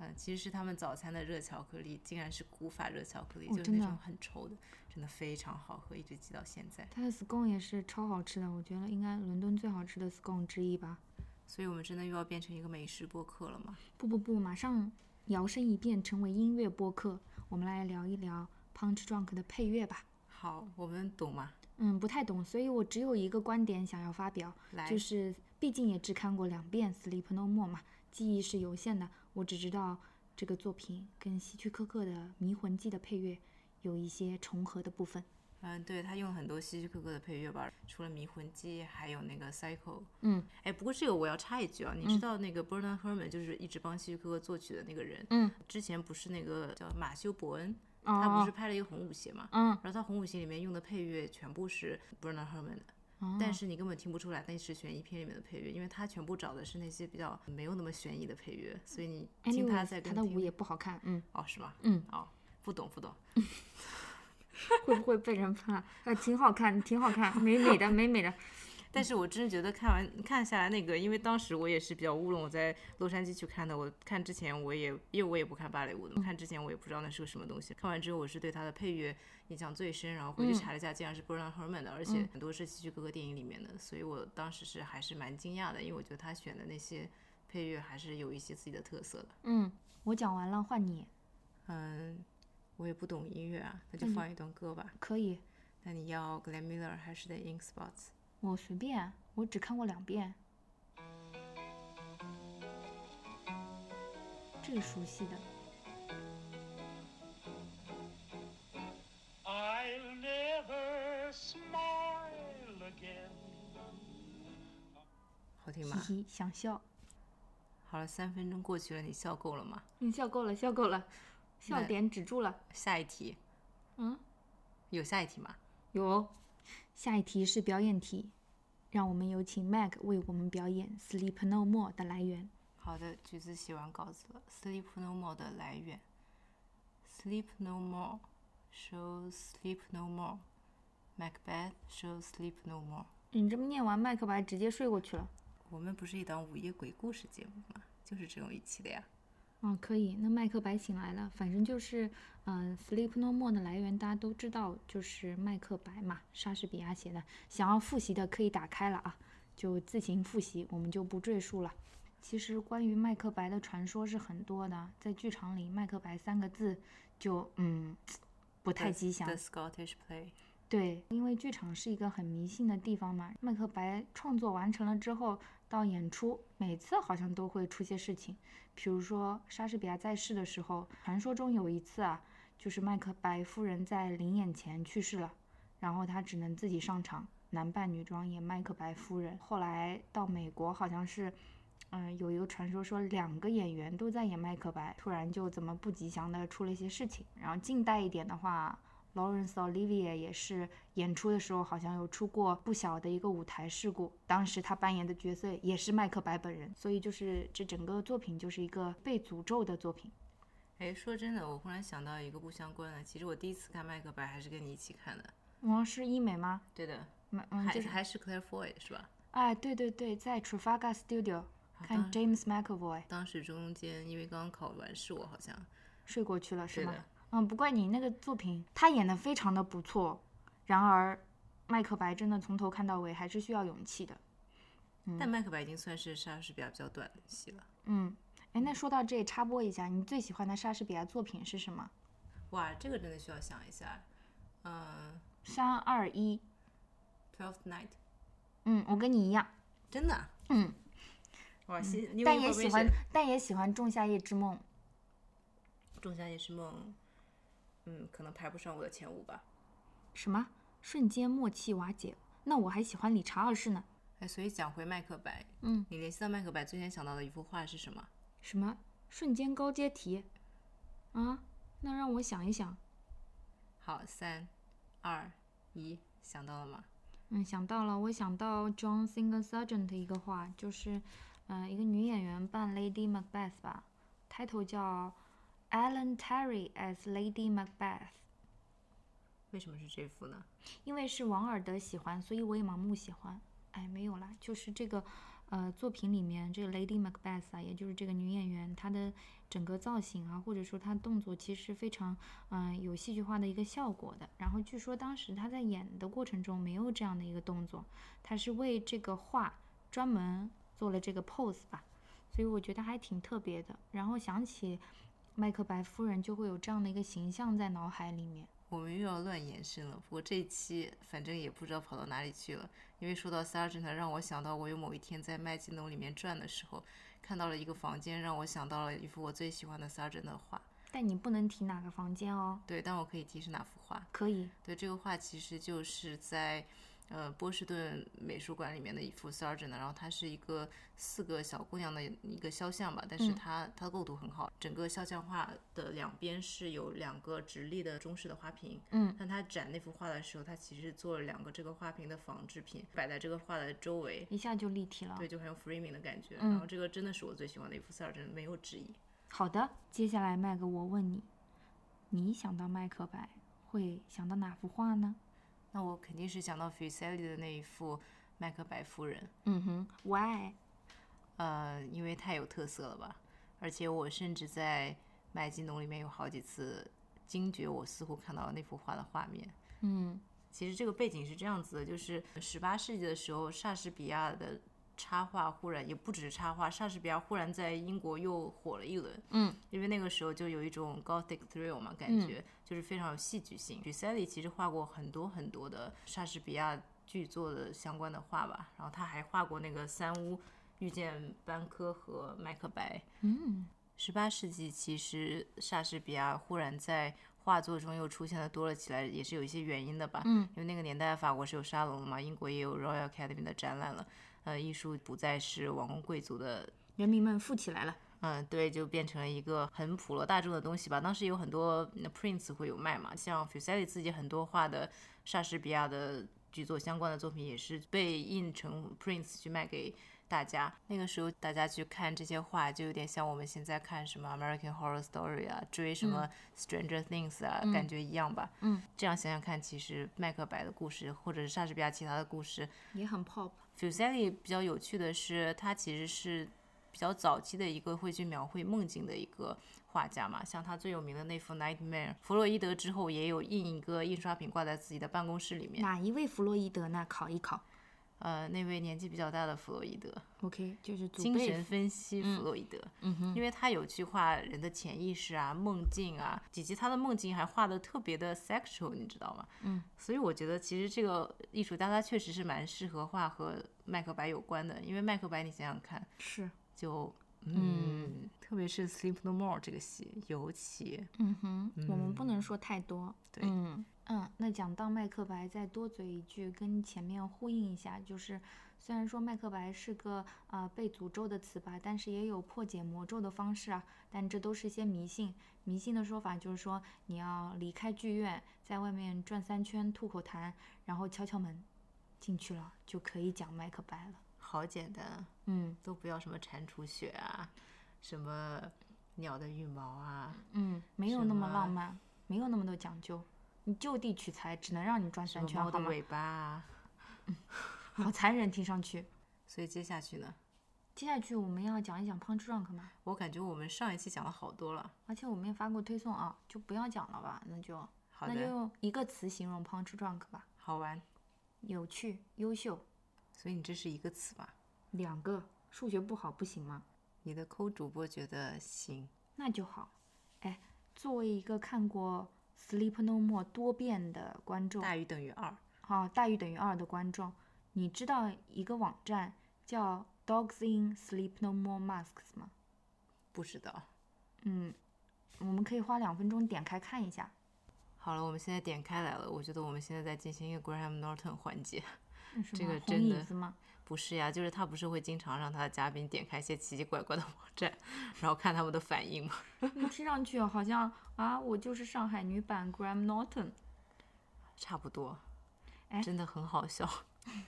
Speaker 1: 嗯，其实是他们早餐的热巧克力，竟然是古法热巧克力，
Speaker 2: 哦
Speaker 1: 就是
Speaker 2: 真
Speaker 1: 那
Speaker 2: 的
Speaker 1: 种很稠的，真的非常好喝，一直记到现在。
Speaker 2: 它的 scone 也是超好吃的，我觉得应该伦敦最好吃的 scone 之一吧。
Speaker 1: 所以我们真的又要变成一个美食播客了吗？
Speaker 2: 不不不，马上摇身一变成为音乐播客，我们来聊一聊 Punch Drunk 的配乐吧。
Speaker 1: 好，我们懂吗？
Speaker 2: 嗯，不太懂，所以我只有一个观点想要发表，
Speaker 1: 来，
Speaker 2: 就是毕竟也只看过两遍《Sleep No More》嘛，记忆是有限的。我只知道这个作品跟希区柯克的《迷魂记》的配乐有一些重合的部分。
Speaker 1: 嗯，对，他用了很多希区柯克的配乐吧，除了《迷魂记》，还有那个《Psycho》。
Speaker 2: 嗯，
Speaker 1: 哎，不过这个我要插一句啊，你
Speaker 2: 嗯
Speaker 1: 知道那个 Bernard Herman 就是一直帮希区柯克作曲的那个人，
Speaker 2: 嗯，
Speaker 1: 之前不是那个叫马修·伯恩，他不
Speaker 2: 哦
Speaker 1: 是，拍了一个《红舞鞋》嘛？
Speaker 2: 嗯，
Speaker 1: 然后他《红舞鞋》里面用的配乐全部是 Bernard Herman 的，
Speaker 2: 哦
Speaker 1: 但是你根本听不出来那是悬疑片里面的配乐，因为他全部找的是那些比较没有那么悬疑的配乐，所以你听他哦
Speaker 2: anyways，
Speaker 1: 在
Speaker 2: 哎他
Speaker 1: 跟
Speaker 2: 的
Speaker 1: 听
Speaker 2: 舞也不好看。嗯，
Speaker 1: 哦是吗？
Speaker 2: 嗯，
Speaker 1: 哦不懂不懂，
Speaker 2: 会不会被人怕？呃，挺好看，挺好看，美美的，美美的。
Speaker 1: 但是我真的觉得看完看下来那个，因为当时我也是比较乌龙，我在洛杉矶去看的。我看之前我也因为我也不看芭蕾舞的嘛，看之前我也不知道那是个什么东西。看完之后我是对它的配乐印象最深，然后回去查了一下，竟然是 Bernard Herrmann 的，而且很多是希区柯克电影里面的，所以我当时是还是蛮惊讶的，因为我觉得他选的那些配乐还是有一些自己的特色的。
Speaker 2: 嗯，我讲完了，换你，
Speaker 1: 嗯，我也不懂音乐啊，那就
Speaker 2: 那你
Speaker 1: 放一段歌吧。
Speaker 2: 可以，
Speaker 1: 那你要 Glenn Miller 还是 The Ink Spots？
Speaker 2: 我随便，我只看过两遍。这个熟悉的，
Speaker 5: I'll never smile again.
Speaker 1: 好听
Speaker 2: 嘻
Speaker 1: 吗？
Speaker 2: 嘻，想笑，
Speaker 1: 好了，三分钟过去了，你笑够了吗？
Speaker 2: 你嗯笑够了，笑够了，笑
Speaker 1: 那
Speaker 2: 点止住了。
Speaker 1: 下一题
Speaker 2: 嗯，
Speaker 1: 有下一题吗？
Speaker 2: 有，哦下一题是表演题，让我们有请 Mag 为我们表演《Sleep No More》的来源。
Speaker 1: 好的，橘子写完稿子了。Sleep No More 的来源，Sleep No More show Sleep No More Macbeth show Sleep No More。
Speaker 2: 你这么念完，麦克白直接睡过去了。
Speaker 1: 我们不是一档午夜鬼故事节目吗？就是这种一期的呀。
Speaker 2: 嗯，可以。那麦克白醒来了，反正就是，嗯、s l e e p No More》的来源大家都知道，就是麦克白嘛，莎士比亚写的。想要复习的可以打开了啊，就自行复习，我们就不赘述了。其实关于麦克白的传说是很多的，在剧场里，麦克白三个字就嗯不太
Speaker 1: The-
Speaker 2: 吉祥
Speaker 1: The。Scottish play。
Speaker 2: 对，因为剧场是一个很迷信的地方嘛。麦克白创作完成了之后，到演出，每次好像都会出些事情。比如说莎士比亚在世的时候，传说中有一次啊，就是麦克白夫人在临演前去世了，然后他只能自己上场，男扮女装演麦克白夫人。后来到美国，好像是。嗯，有一个传说说两个演员都在演麦克白，突然就怎么不吉祥的出了一些事情。然后近代一点的话，Laurence Olivier 也是演出的时候好像有出过不小的一个舞台事故，当时他扮演的角色也是麦克白本人，所以就是这整个作品就是一个被诅咒的作品。
Speaker 1: 哎，说真的，我忽然想到一个不相关的，其实我第一次看《麦克白》还是跟你一起看的。
Speaker 2: 王是医美吗？
Speaker 1: 对的，
Speaker 2: 嗯嗯，
Speaker 1: 还
Speaker 2: 就是
Speaker 1: 还是 Claire Foy 是吧？
Speaker 2: 哎，对对对，在 Trafalgar Studio 看
Speaker 1: 当
Speaker 2: James McAvoy
Speaker 1: 当时中间因为刚考完试，我好像
Speaker 2: 睡过去了是
Speaker 1: 对
Speaker 2: 吗
Speaker 1: 的？
Speaker 2: 嗯，不怪你那个作品，他演的非常的不错，然而麦克白真的从头看到尾还是需要勇气的。
Speaker 1: 但麦克白已经算是莎士比亚比较短的戏了。
Speaker 2: 嗯，哎，那说到这，插播一下，你最喜欢的莎士比亚作品是什么？
Speaker 1: 哇，这个真的需要想一下。嗯
Speaker 2: 三二一，
Speaker 1: ，Twelfth Night，
Speaker 2: 嗯，我跟你一样，
Speaker 1: 真的啊。
Speaker 2: 嗯，
Speaker 1: 哇，新、嗯
Speaker 2: 但也喜欢，但也喜欢《仲夏夜之梦》。
Speaker 1: 《仲夏夜之梦》。嗯，可能排不上我的前五吧。
Speaker 2: 什么？瞬间默契瓦解？那我还喜欢理查二世呢。
Speaker 1: 哎，所以讲回麦克白，
Speaker 2: 嗯，
Speaker 1: 你联系到麦克白最先想到的一幅画是什么？
Speaker 2: 什么？瞬间高阶题？啊，那让我想一想。
Speaker 1: 好，三、二、一，想到了吗？
Speaker 2: 嗯，想到了，我想到 John Singer Sargent 的一个话，就是，嗯、一个女演员扮 Lady Macbeth 吧，title 叫 Alan Terry as Lady Macbeth。
Speaker 1: 为什么是这幅呢？
Speaker 2: 因为是王尔德喜欢，所以我也盲目喜欢。哎，没有啦，就是这个，呃，作品里面这个 Lady Macbeth 啊，也就是这个女演员，她的整个造型啊，或者说她动作，其实非常，嗯、有戏剧化的一个效果的。然后据说当时她在演的过程中没有这样的一个动作，她是为这个画专门做了这个 pose 吧，所以我觉得还挺特别的。然后想起麦克白夫人，就会有这样的一个形象在脑海里面。
Speaker 1: 我们又要乱延伸了。不过这一期反正也不知道跑到哪里去了，因为说到 Sergeant，让我想到我有某一天在麦金农里面转的时候，看到了一个房间，让我想到了一幅我最喜欢的 Sergeant 的画。
Speaker 2: 但你不能提哪个房间哦。
Speaker 1: 对，但我可以提是哪幅画？
Speaker 2: 可以，
Speaker 1: 对，这个画其实就是在呃波士顿美术馆里面的一幅 Sargent，然后它是一个四个小姑娘的一个肖像吧，但是
Speaker 2: 嗯
Speaker 1: 它、它的构图很好，整个肖像画的两边是有两个直立的中式的花瓶，
Speaker 2: 嗯，
Speaker 1: 但它展那幅画的时候，它其实做了两个这个花瓶的仿制品，摆在这个画的周围。
Speaker 2: 一下就立体了
Speaker 1: 对，。就很有 framing 的感觉。
Speaker 2: 嗯
Speaker 1: 然后这个真的是我最喜欢的一幅 Sargent，没有之一。
Speaker 2: 好的，接下来麦哥，我问你，你想到麦克白会想到哪幅画呢？
Speaker 1: 那我肯定是想到 Fuseli 的那一幅《麦克白夫人》，
Speaker 2: 嗯哼，Why？
Speaker 1: 呃，因为太有特色了吧。而且我甚至在麦金农里面有好几次惊觉，我似乎看到了那幅画的画面。
Speaker 2: 嗯
Speaker 1: 其实这个背景是这样子的，就是十八世纪的时候，莎士比亚的插画忽然也不只是插画，莎士比亚忽然在英国又火了一轮。
Speaker 2: 嗯，
Speaker 1: 因为那个时候就有一种 Gothic thrill 嘛，感觉、就是非常有戏剧性。g s e l i 其实画过很多很多的莎士比亚剧作的相关的画吧，然后他还画过那个《三屋遇见班科和麦克白》。
Speaker 2: 嗯
Speaker 1: 十八世纪，其实莎士比亚忽然在画作中又出现的多了起来，也是有一些原因的吧。
Speaker 2: 嗯，
Speaker 1: 因为那个年代法国是有沙龙的嘛，英国也有 Royal Academy 的展览了，呃，艺术不再是王公贵族的
Speaker 2: 人民们富起来了。
Speaker 1: 嗯，对，就变成了一个很普罗大众的东西吧。当时有很多嗯 Prince 会有卖嘛，像 Fuseli 自己很多画的莎士比亚的剧作相关的作品，也是被印成 Prince 去卖给大家。那个时候大家去看这些画，就有点像我们现在看什么 American Horror Story 啊，追什么 Stranger Things 啊，感觉一样吧。
Speaker 2: 嗯，
Speaker 1: 这样想想看，其实麦克白的故事，或者是莎士比亚其他的故事，
Speaker 2: 也很 pop。
Speaker 1: Fuseli 比较有趣的是，他其实是比较早期的一个会去描绘梦境的一个画家嘛。像他最有名的那幅《Nightmare》，弗洛伊德之后也有印一个印刷品挂在自己的办公室里面。
Speaker 2: 哪一位弗洛伊德呢？考一考。
Speaker 1: 呃，那位年纪比较大的弗洛伊德，
Speaker 2: OK，就是祖
Speaker 1: 精
Speaker 2: 辈
Speaker 1: 神分析弗洛伊德，嗯哼，因为他有去画人的潜意识啊、梦境啊，以及他的梦境还画的特别的 sexual，你知道吗？
Speaker 2: 嗯，
Speaker 1: 所以我觉得其实这个艺术家他确实是蛮适合画和麦克白有关的，因为麦克白你想想看，
Speaker 2: 是，
Speaker 1: 就嗯，特别是《Sleep No More》这个戏，尤其
Speaker 2: 嗯哼，我们不能说太多。
Speaker 1: 嗯对
Speaker 2: 嗯嗯，那讲到麦克白，再多嘴一句，跟前面呼应一下，就是虽然说麦克白是个呃被诅咒的词吧，但是也有破解魔咒的方式啊，但这都是些迷信。迷信的说法就是说，你要离开剧院，在外面转三圈，吐口痰，然后敲敲门，进去了就可以讲麦克白了。
Speaker 1: 好简单啊，
Speaker 2: 嗯
Speaker 1: 都不要什么蟾蜍血啊，什么鸟的羽毛啊，
Speaker 2: 嗯，没有
Speaker 1: 什
Speaker 2: 那么
Speaker 1: 么
Speaker 2: 浪漫，没有那么多讲究，你就地取材，只能让你转
Speaker 1: 什
Speaker 2: 三
Speaker 1: 么
Speaker 2: 圈，
Speaker 1: 猫
Speaker 2: 好
Speaker 1: 的
Speaker 2: 吗？
Speaker 1: 尾巴啊。嗯
Speaker 2: 好残忍，听上去。
Speaker 1: 所以接下去呢？
Speaker 2: 接下去我们要讲一讲 Punch Drunk 嘛，
Speaker 1: 我感觉我们上一期讲了好多了。
Speaker 2: 而且我们也发过推送啊，就不要讲了吧，那就
Speaker 1: 好
Speaker 2: 那就
Speaker 1: 的，
Speaker 2: 用一个词形容 Punch Drunk 吧，
Speaker 1: 好玩。
Speaker 2: 有趣、优秀，
Speaker 1: 所以你这是一个词吧？
Speaker 2: 两个数学不好不行吗？
Speaker 1: 你的抠主播觉得行，
Speaker 2: 那就好。哎，作为一个看过《Sleep No More》多遍的观众，
Speaker 1: 大于等于二。
Speaker 2: 好，大于等于二的观众，你知道一个网站叫 Dogs in Sleep No More Masks 吗？
Speaker 1: 不知道。
Speaker 2: 嗯，我们可以花两分钟点开看一下。
Speaker 1: 好了，我们现在点开来了。我觉得我们现在在进行一个 Graham Norton 环节。
Speaker 2: 那什
Speaker 1: 这
Speaker 2: 么
Speaker 1: 个
Speaker 2: 红
Speaker 1: 真
Speaker 2: 椅
Speaker 1: 的
Speaker 2: 子吗？
Speaker 1: 不是呀，就是他不是会经常让他的嘉宾点开一些奇奇怪怪的网站，然后看他们的反应吗？
Speaker 2: 你听上去好像啊，我就是上海女版 Graham Norton，
Speaker 1: 差不多
Speaker 2: 哎。
Speaker 1: 真的很好笑，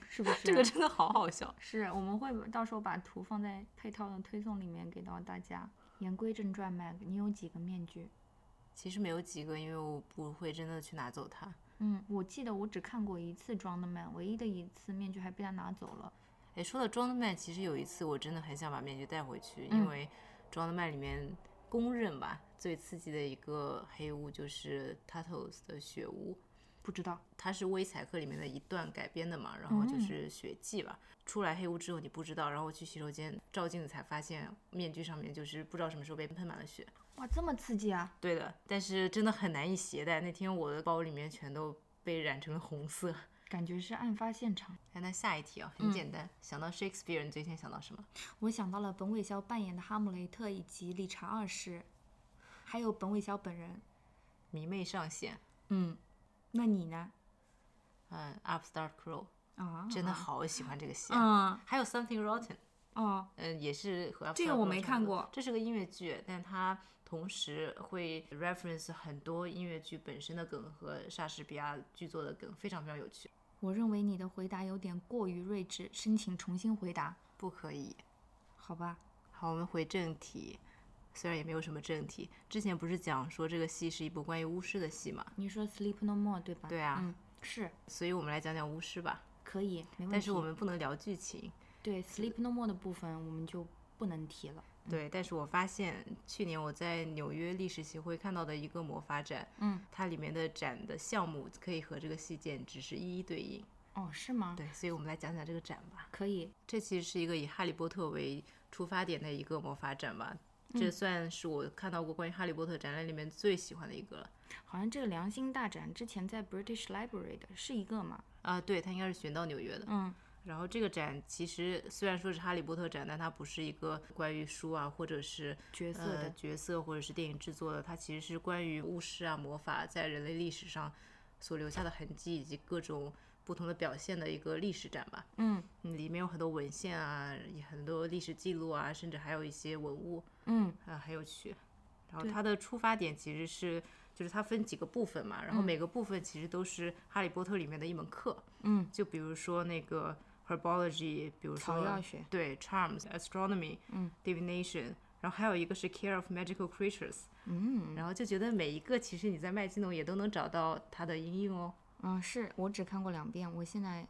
Speaker 2: 是不是？啊
Speaker 1: 这个真的好好笑。
Speaker 2: 是我们会到时候把图放在配套的推送里面给到大家。言归正传，Mag，你有几个面具？
Speaker 1: 其实没有几个，因为我不会真的去拿走它。
Speaker 2: 嗯，我记得我只看过一次装的 Man，唯一的一次面具还被他拿走了。
Speaker 1: 哎，说到 John Man，其实有一次我真的很想把面具带回去，
Speaker 2: 嗯
Speaker 1: 因为 John Man 里面公认吧最刺激的一个黑屋就是 Tatos 的雪屋，
Speaker 2: 不知道，
Speaker 1: 它是威采克里面的一段改编的嘛，然后就
Speaker 2: 嗯
Speaker 1: 是血迹吧。出来黑屋之后你不知道，然后去洗手间照镜子才发现面具上面就是不知道什么时候被喷满了血。
Speaker 2: 哇，这么刺激啊！
Speaker 1: 对的，但是真的很难以携带。那天我的包里面全都被染成了红色。
Speaker 2: 感觉是案发现场。
Speaker 1: 哎，那下一题啊，
Speaker 2: 嗯
Speaker 1: 很简单，想到 Shakespeare，你最先想到什么？
Speaker 2: 我想到了本伟肖扮演的哈姆雷特以及理查二世，还有本伟肖本人。
Speaker 1: 迷妹上线。
Speaker 2: 嗯，那你呢？
Speaker 1: 嗯，Upstart Crow
Speaker 2: 啊，
Speaker 1: 真的好喜欢这个戏啊、
Speaker 2: 嗯
Speaker 1: 还有 Something Rotten，
Speaker 2: 哦，
Speaker 1: 嗯，也是和 Upstart
Speaker 2: 这个我
Speaker 1: Crow
Speaker 2: 没
Speaker 1: 差不
Speaker 2: 看
Speaker 1: 多
Speaker 2: 过
Speaker 1: 这是个音乐剧，但它同时会 reference 很多音乐剧本身的梗和莎士比亚剧作的梗，非常非常有趣。
Speaker 2: 我认为你的回答有点过于睿智，申请重新回答，
Speaker 1: 不可以。
Speaker 2: 好吧？
Speaker 1: 好，我们回正题。虽然也没有什么正题。之前不是讲说这个戏是一部关于巫师的戏嘛？
Speaker 2: 你说 Sleep No More 对吧？
Speaker 1: 对啊，
Speaker 2: 嗯，是
Speaker 1: 所以我们来讲讲巫师吧。
Speaker 2: 可以，没问题。
Speaker 1: 但是我们不能聊剧情，
Speaker 2: 对 Sleep No More 的部分我们就不能提了。
Speaker 1: 对。但是我发现去年我在纽约历史协会看到的一个魔法展，
Speaker 2: 嗯，
Speaker 1: 它里面的展的项目可以和这个戏简直是一一对应。
Speaker 2: 哦，是吗？
Speaker 1: 对，所以我们来讲讲这个展吧。
Speaker 2: 可以，
Speaker 1: 这其实是一个以《哈利波特》为出发点的一个魔法展吧。这算是我看到过关于《哈利波特》展览里面最喜欢的一个了。
Speaker 2: 好像这个良心大展之前在 British Library 的是一个嘛？
Speaker 1: 啊，对，它应该是选到纽约的。
Speaker 2: 嗯，
Speaker 1: 然后这个展其实虽然说是《哈利波特》展，但它不是一个关于书啊，或者是
Speaker 2: 角色
Speaker 1: 呃
Speaker 2: 的
Speaker 1: 角色，或者是电影制作的，它其实是关于巫师啊、魔法在人类历史上所留下的痕迹以及各种不同的表现的一个历史展吧。
Speaker 2: 嗯
Speaker 1: 嗯，里面有很多文献啊，也很多历史记录啊，甚至还有一些文物。
Speaker 2: 嗯，
Speaker 1: 啊，很有趣。然后
Speaker 2: 对
Speaker 1: 它的出发点其实是，就是它分几个部分嘛，然后每个部分其实都是《哈利波特》里面的一门课。
Speaker 2: 嗯，
Speaker 1: 就比如说那个 herbology，比如
Speaker 2: 草
Speaker 1: 说
Speaker 2: 药学
Speaker 1: 对 charms、astronomy、
Speaker 2: 嗯
Speaker 1: divination，然后还有一个是 care of magical creatures。
Speaker 2: 嗯
Speaker 1: 然后就觉得每一个其实你在麦金农也都能找到它的应用哦。
Speaker 2: 嗯，是我只看过两遍，我现在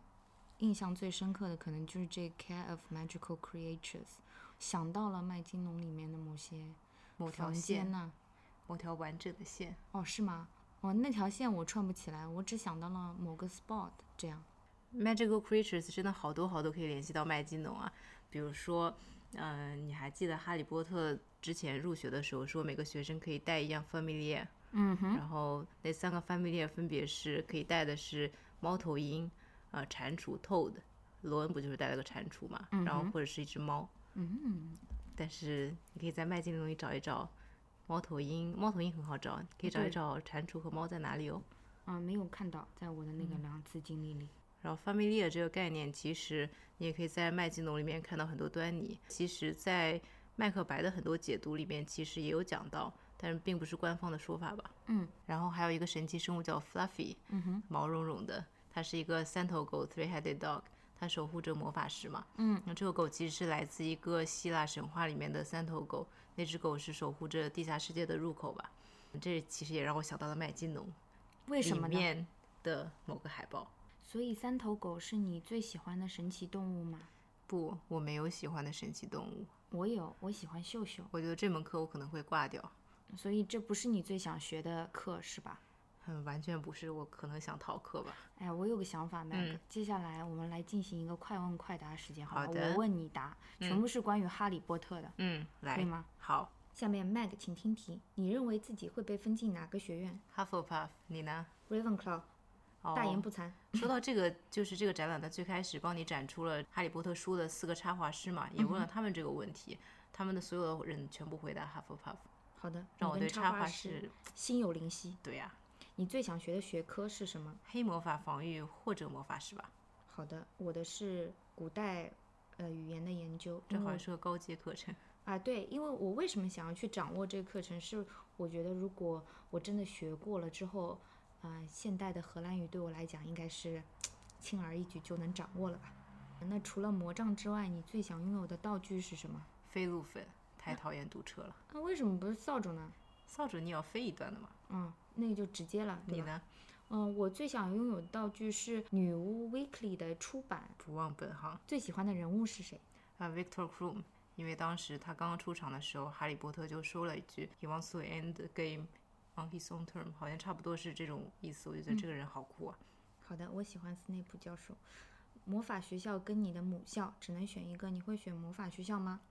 Speaker 2: 印象最深刻的可能就是这 Care of Magical Creatures，想到了麦金农里面的某些
Speaker 1: 某条
Speaker 2: 房
Speaker 1: 线
Speaker 2: 间，呐、
Speaker 1: 某条完整的线。
Speaker 2: 哦，是吗？哦，那条线我串不起来，我只想到了某个 spot 这样。
Speaker 1: Magical Creatures 真的好多好多可以联系到麦金农啊，比如说，嗯、你还记得《哈利波特》之前入学的时候说每个学生可以带一样 familiar，
Speaker 2: 嗯哼，
Speaker 1: 然后那三个 familiar 分别是可以带的是猫头鹰、呃蟾蜍 toad，罗恩不就是带了个蟾蜍嘛，然后或者是一只猫，
Speaker 2: 嗯，
Speaker 1: 但是你可以在麦金农里找一找猫头鹰，猫头鹰很好找，你可以找一
Speaker 2: 对
Speaker 1: 找蟾蜍和猫在哪里哦。
Speaker 2: 啊，没有看到，在我的那个两次经历里。
Speaker 1: 然后 familiar 这个概念，其实你也可以在麦金农里面看到很多端倪。其实，在麦克白的很多解读里面，其实也有讲到，但是并不是官方的说法吧。
Speaker 2: 嗯。
Speaker 1: 然后还有一个神奇生物叫 Fluffy，
Speaker 2: 嗯哼，
Speaker 1: 毛茸茸的，它是一个三头狗 （three-headed dog），它守护着魔法石嘛。
Speaker 2: 嗯。
Speaker 1: 那这个狗其实是来自一个希腊神话里面的三头狗，那只狗是守护着地下世界的入口吧。这其实也让我想到了麦金农
Speaker 2: 为
Speaker 1: 里
Speaker 2: 什么呢？
Speaker 1: 面的某个海报。
Speaker 2: 所以三头狗是你最喜欢的神奇动物吗？
Speaker 1: 不，我没有喜欢的神奇动物。
Speaker 2: 我有，我喜欢秀秀。
Speaker 1: 我觉得这门课我可能会挂掉。
Speaker 2: 所以这不是你最想学的课是吧？
Speaker 1: 嗯，完全不是，我可能想逃课吧。
Speaker 2: 哎，我有个想法，Mac，、
Speaker 1: 嗯
Speaker 2: 接下来我们来进行一个快问快答时间，好吧？
Speaker 1: 好的
Speaker 2: 我问你答，全
Speaker 1: 嗯
Speaker 2: 部是关于哈利波特的，
Speaker 1: 嗯，来
Speaker 2: 可以吗？
Speaker 1: 好，
Speaker 2: 下面 Mac，请听题，你认为自己会被分进哪个学院
Speaker 1: 哈佛 puff，你呢？
Speaker 2: ？Ravenclaw，、
Speaker 1: 啊哦
Speaker 2: 大言不惭。
Speaker 1: 说到这个，就是这个展览的最开始帮你展出了《哈利波特》书的四个插画师
Speaker 2: 嗯
Speaker 1: 嘛，也问了他们这个问题，他们的所有的人全部回答哈佛 puff，
Speaker 2: 好的，
Speaker 1: 让我
Speaker 2: 你跟
Speaker 1: 对
Speaker 2: 插
Speaker 1: 插
Speaker 2: 画
Speaker 1: 画
Speaker 2: 师
Speaker 1: 师，
Speaker 2: 心有灵犀。
Speaker 1: 对啊呀、
Speaker 2: 你最想学的学科是什么？
Speaker 1: 黑魔法防御或者魔法是吧？
Speaker 2: 好的，我的是古代呃语言的研究，
Speaker 1: 这
Speaker 2: 因
Speaker 1: 好
Speaker 2: 为
Speaker 1: 像是个高阶课程。
Speaker 2: 啊，对，因为我为什么想要去掌握这个课程，是我觉得如果我真的学过了之后，啊、现代的荷兰语对我来讲应该是轻而易举就能掌握了吧。那除了魔杖之外，你最想拥有的道具是什么？
Speaker 1: 飞路粉太讨厌堵车了，
Speaker 2: 那、为什么不是扫帚呢？
Speaker 1: 扫帚你要飞一段的嘛？
Speaker 2: 嗯，那个就直接了，对
Speaker 1: 你
Speaker 2: 吧？
Speaker 1: 呢？
Speaker 2: 嗯，我最想拥有的道具是《女巫 Weekly》的出版。
Speaker 1: 不忘本行。
Speaker 2: 最喜欢的人物是谁？
Speaker 1: 啊，Victor Krum，因为当时他刚刚出场的时候，哈利波特就说了一句 “He wants to end the game on his own term”，好像差不多是这种意思。我就觉得这个人好酷啊！
Speaker 2: 好的，我喜欢斯内普教授。魔法学校跟你的母校只能选一个，你会选魔法学校吗？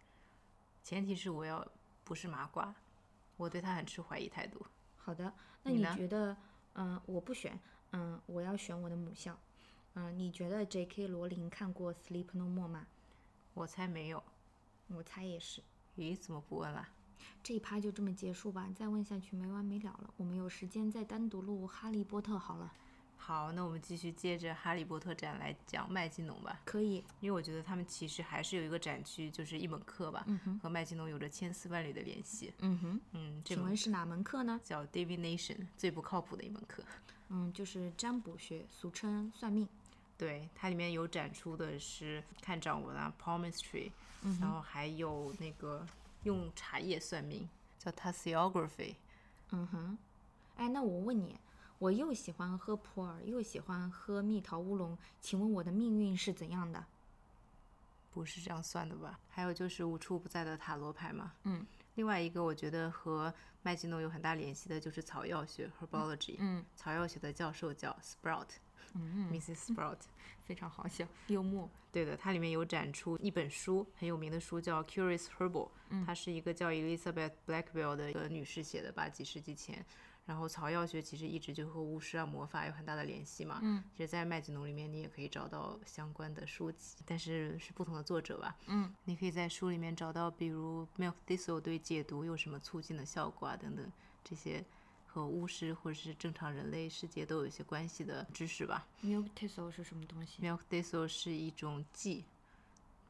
Speaker 1: 前提是我要不是麻瓜，我对他很持怀疑态度。
Speaker 2: 好的，那
Speaker 1: 你
Speaker 2: 你
Speaker 1: 呢
Speaker 2: 觉得，嗯、我不选，嗯、我要选我的母校。嗯、你觉得 J.K. 罗琳看过《Sleep No More》吗？
Speaker 1: 我猜没有，
Speaker 2: 我猜也是。
Speaker 1: 咦，怎么不问了？
Speaker 2: 这一趴就这么结束吧，再问下去没完没了了。我们有时间再单独录《哈利波特》好了，
Speaker 1: 好，那我们继续接着《哈利波特》展来讲麦金农吧，
Speaker 2: 可以。
Speaker 1: 因为我觉得他们其实还是有一个展区，就是一门课吧，和麦金农有着千丝万缕的联系。
Speaker 2: 嗯哼，
Speaker 1: 嗯，这
Speaker 2: 请
Speaker 1: 门
Speaker 2: 问是哪门课呢？
Speaker 1: 叫 Divination，最不靠谱的一门课。
Speaker 2: 嗯，就是占卜学，俗称算命。
Speaker 1: 对，它里面有展出的是看
Speaker 2: 嗯
Speaker 1: 掌纹啊 （palmistry），、然后还有那个用茶叶算命，叫 Tassiography。
Speaker 2: 嗯哼，哎，那我问你，我又喜欢喝普洱，又喜欢喝蜜桃乌龙，请问我的命运是怎样的？
Speaker 1: 不是这样算的吧？还有就是无处不在的塔罗牌嘛。
Speaker 2: 嗯。
Speaker 1: 另外一个我觉得和麦吉诺有很大联系的就是草药学 （herbology）。
Speaker 2: 嗯
Speaker 1: 草药学的教授叫 Sprout，Mrs.
Speaker 2: 嗯，
Speaker 1: Sprout。
Speaker 2: 非常好笑，幽默。
Speaker 1: 对的，它里面有展出一本书，很有名的书叫《Curious Herbal》，它
Speaker 2: 嗯
Speaker 1: 是一个叫 Elizabeth Blackwell 的一个女士写的吧，几世纪前。然后草药学其实一直就和巫师啊、魔法有很大的联系嘛。
Speaker 2: 嗯，
Speaker 1: 其实，在麦吉农里面你也可以找到相关的书籍，但是是不同的作者吧。
Speaker 2: 嗯，
Speaker 1: 你可以在书里面找到，比如 milk thistle 对解毒有什么促进的效果啊等等这些。和巫师或者是正常人类世界都有一些关系的知识吧。
Speaker 2: Milk thistle 是什么东西？
Speaker 1: Milk thistle 是一种蓟，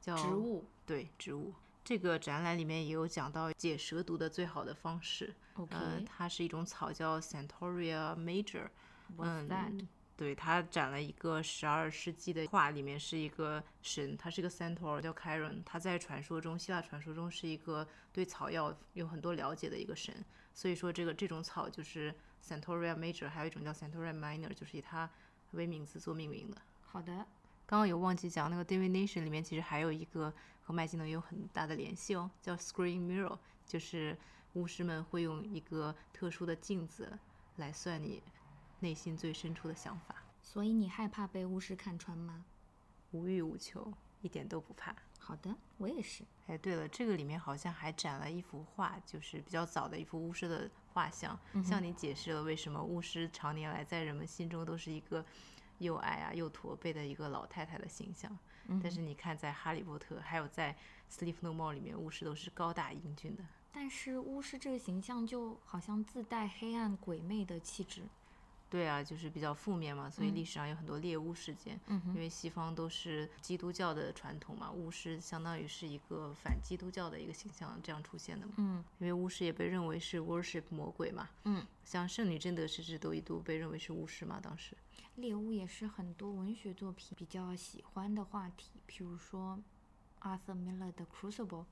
Speaker 1: 叫
Speaker 2: 植物。
Speaker 1: 对植物。这个展览里面也有讲到解蛇毒的最好的方式，
Speaker 2: OK，
Speaker 1: 呃，它是一种草叫 Centauria major，
Speaker 2: What's
Speaker 1: 嗯
Speaker 2: that？
Speaker 1: 对，它展了一个十二世纪的画，里面是一个神，他是一个 centaur，叫 Chiron，他在传说中，希腊传说中是一个对草药有很多了解的一个神，所以说这个这种草就是 Centauria major，还有一种叫 Centauria minor，就是以它为名字做命名的。
Speaker 2: 好的，
Speaker 1: 刚刚有忘记讲那个 divination 里面其实还有一个和麦金农也有很大的联系哦，叫 screen mirror，就是巫师们会用一个特殊的镜子来算你内心最深处的想法，
Speaker 2: 所以你害怕被巫师看穿吗？
Speaker 1: 无欲无求，一点都不怕。
Speaker 2: 好的，我也是。
Speaker 1: 哎，对了，这个里面好像还展了一幅画，就是比较早的一幅巫师的画像，向你解释了为什么巫师常年来在人们心中都是一个又矮啊又驼背的一个老太太的形象。但是你看，在《哈利波特》还有在《Sleep No More》里面，巫师都是高大英俊的。
Speaker 2: 但是巫师这个形象就好像自带黑暗鬼魅的气质。
Speaker 1: 对啊，就是比较负面嘛，所以历史上有很多猎巫事件。
Speaker 2: 嗯
Speaker 1: 因为西方都是基督教的传统嘛，巫师相当于是一个反基督教的一个形象这样出现的嘛。
Speaker 2: 嗯，
Speaker 1: 因为巫师也被认为是 worship 魔鬼嘛。
Speaker 2: 嗯，
Speaker 1: 像圣女贞德甚至都一度被认为是巫师嘛，当时。
Speaker 2: 猎巫也是很多文学作品比较喜欢的话题，比如说 Arthur Miller 的《Crucible》，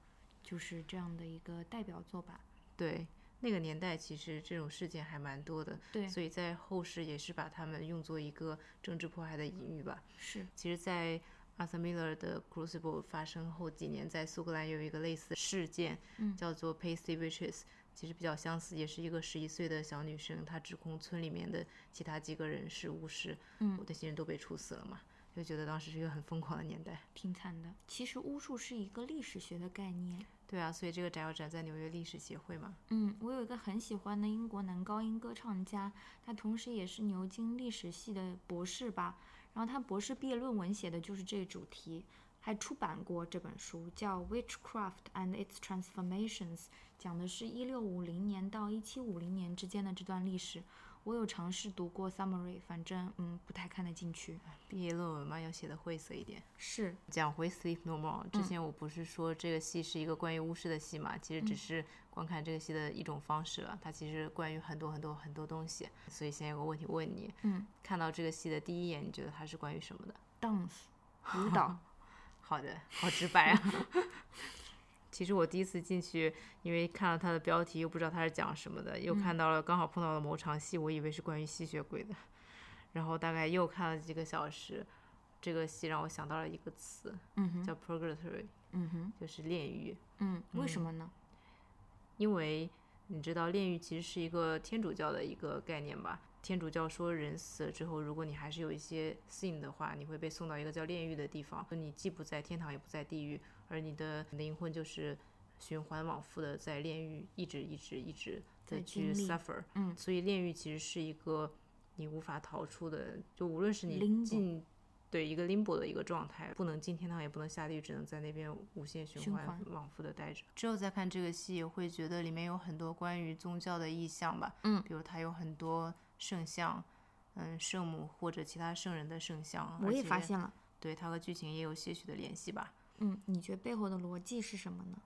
Speaker 2: 就是这样的一个代表作吧。
Speaker 1: 对，那个年代其实这种事件还蛮多的，
Speaker 2: 对，
Speaker 1: 所以在后世也是把他们用作一个政治迫害的隐喻吧。
Speaker 2: 是
Speaker 1: 其实，在阿瑟·米勒的《Crucible》发生后几年，在苏格兰有一个类似事件，
Speaker 2: 嗯
Speaker 1: 叫做 Pasty Witches，其实比较相似，也是一个十一岁的小女生，她指控村里面的其他几个人是巫师，
Speaker 2: 嗯
Speaker 1: 我的亲人都被处死了嘛，就觉得当时是一个很疯狂的年代。
Speaker 2: 挺惨的。其实巫术是一个历史学的概念。
Speaker 1: 对啊，所以这个展要展在纽约历史协会嘛，
Speaker 2: 嗯，我有一个很喜欢的英国男高音歌唱家，他同时也是牛津历史系的博士吧。然后他博士毕业论文写的就是这个主题，还出版过这本书，叫《Witchcraft and Its Transformations》，讲的是一六五零年到一七五零年之间的这段历史。我有尝试读过 summary，反正嗯不太看得进去。
Speaker 1: 毕业论文嘛要写的晦涩一点。
Speaker 2: 是，
Speaker 1: 讲回《Sleep No More》，之
Speaker 2: 嗯
Speaker 1: 前我不是说这个戏是一个关于巫师的戏嘛，其
Speaker 2: 嗯
Speaker 1: 实只是观看这个戏的一种方式了。它其实关于很多很多很多东西，所以现在有个问题问你，
Speaker 2: 嗯，
Speaker 1: 看到这个戏的第一眼，你觉得它是关于什么的？
Speaker 2: dance 舞蹈，
Speaker 1: 好的，好直白啊。 其实我第一次进去，因为看了它的标题，又不知道它是讲什么的，又
Speaker 2: 嗯
Speaker 1: 看到了刚好碰到了某场戏，我以为是关于吸血鬼的，然后大概又看了几个小时，这个戏让我想到了一个词，
Speaker 2: 嗯哼，
Speaker 1: 叫 purgatory，
Speaker 2: 嗯哼，
Speaker 1: 就是炼狱。
Speaker 2: 嗯，为什么呢？
Speaker 1: 因为你知道炼狱其实是一个天主教的一个概念吧？天主教说人死了之后，如果你还是有一些 sin 的话，你会被送到一个叫炼狱的地方，你既不在天堂也不在地狱，而你的灵魂就是循环往复的在炼狱一直一直一直
Speaker 2: 在
Speaker 1: 的
Speaker 2: 经
Speaker 1: 去
Speaker 2: 历
Speaker 1: suffer。
Speaker 2: 嗯
Speaker 1: 所以炼狱其实是一个你无法逃出的，就无论是你
Speaker 2: Limbo
Speaker 1: 进。对一个 limbo 的一个状态，不能进天堂，也不能下地狱，只能在那边无限循
Speaker 2: 循
Speaker 1: 环
Speaker 2: 环
Speaker 1: 往复的待着。之后再看这个戏，会觉得里面有很多关于宗教的意象吧，
Speaker 2: 嗯
Speaker 1: 比如它有很多圣像，嗯，圣母或者其他圣人的圣像。嗯
Speaker 2: 我
Speaker 1: 而
Speaker 2: 也
Speaker 1: 且
Speaker 2: 发现了。
Speaker 1: 对它和剧情也有些许的联系吧。
Speaker 2: 嗯，你觉得背后的逻辑是什么呢？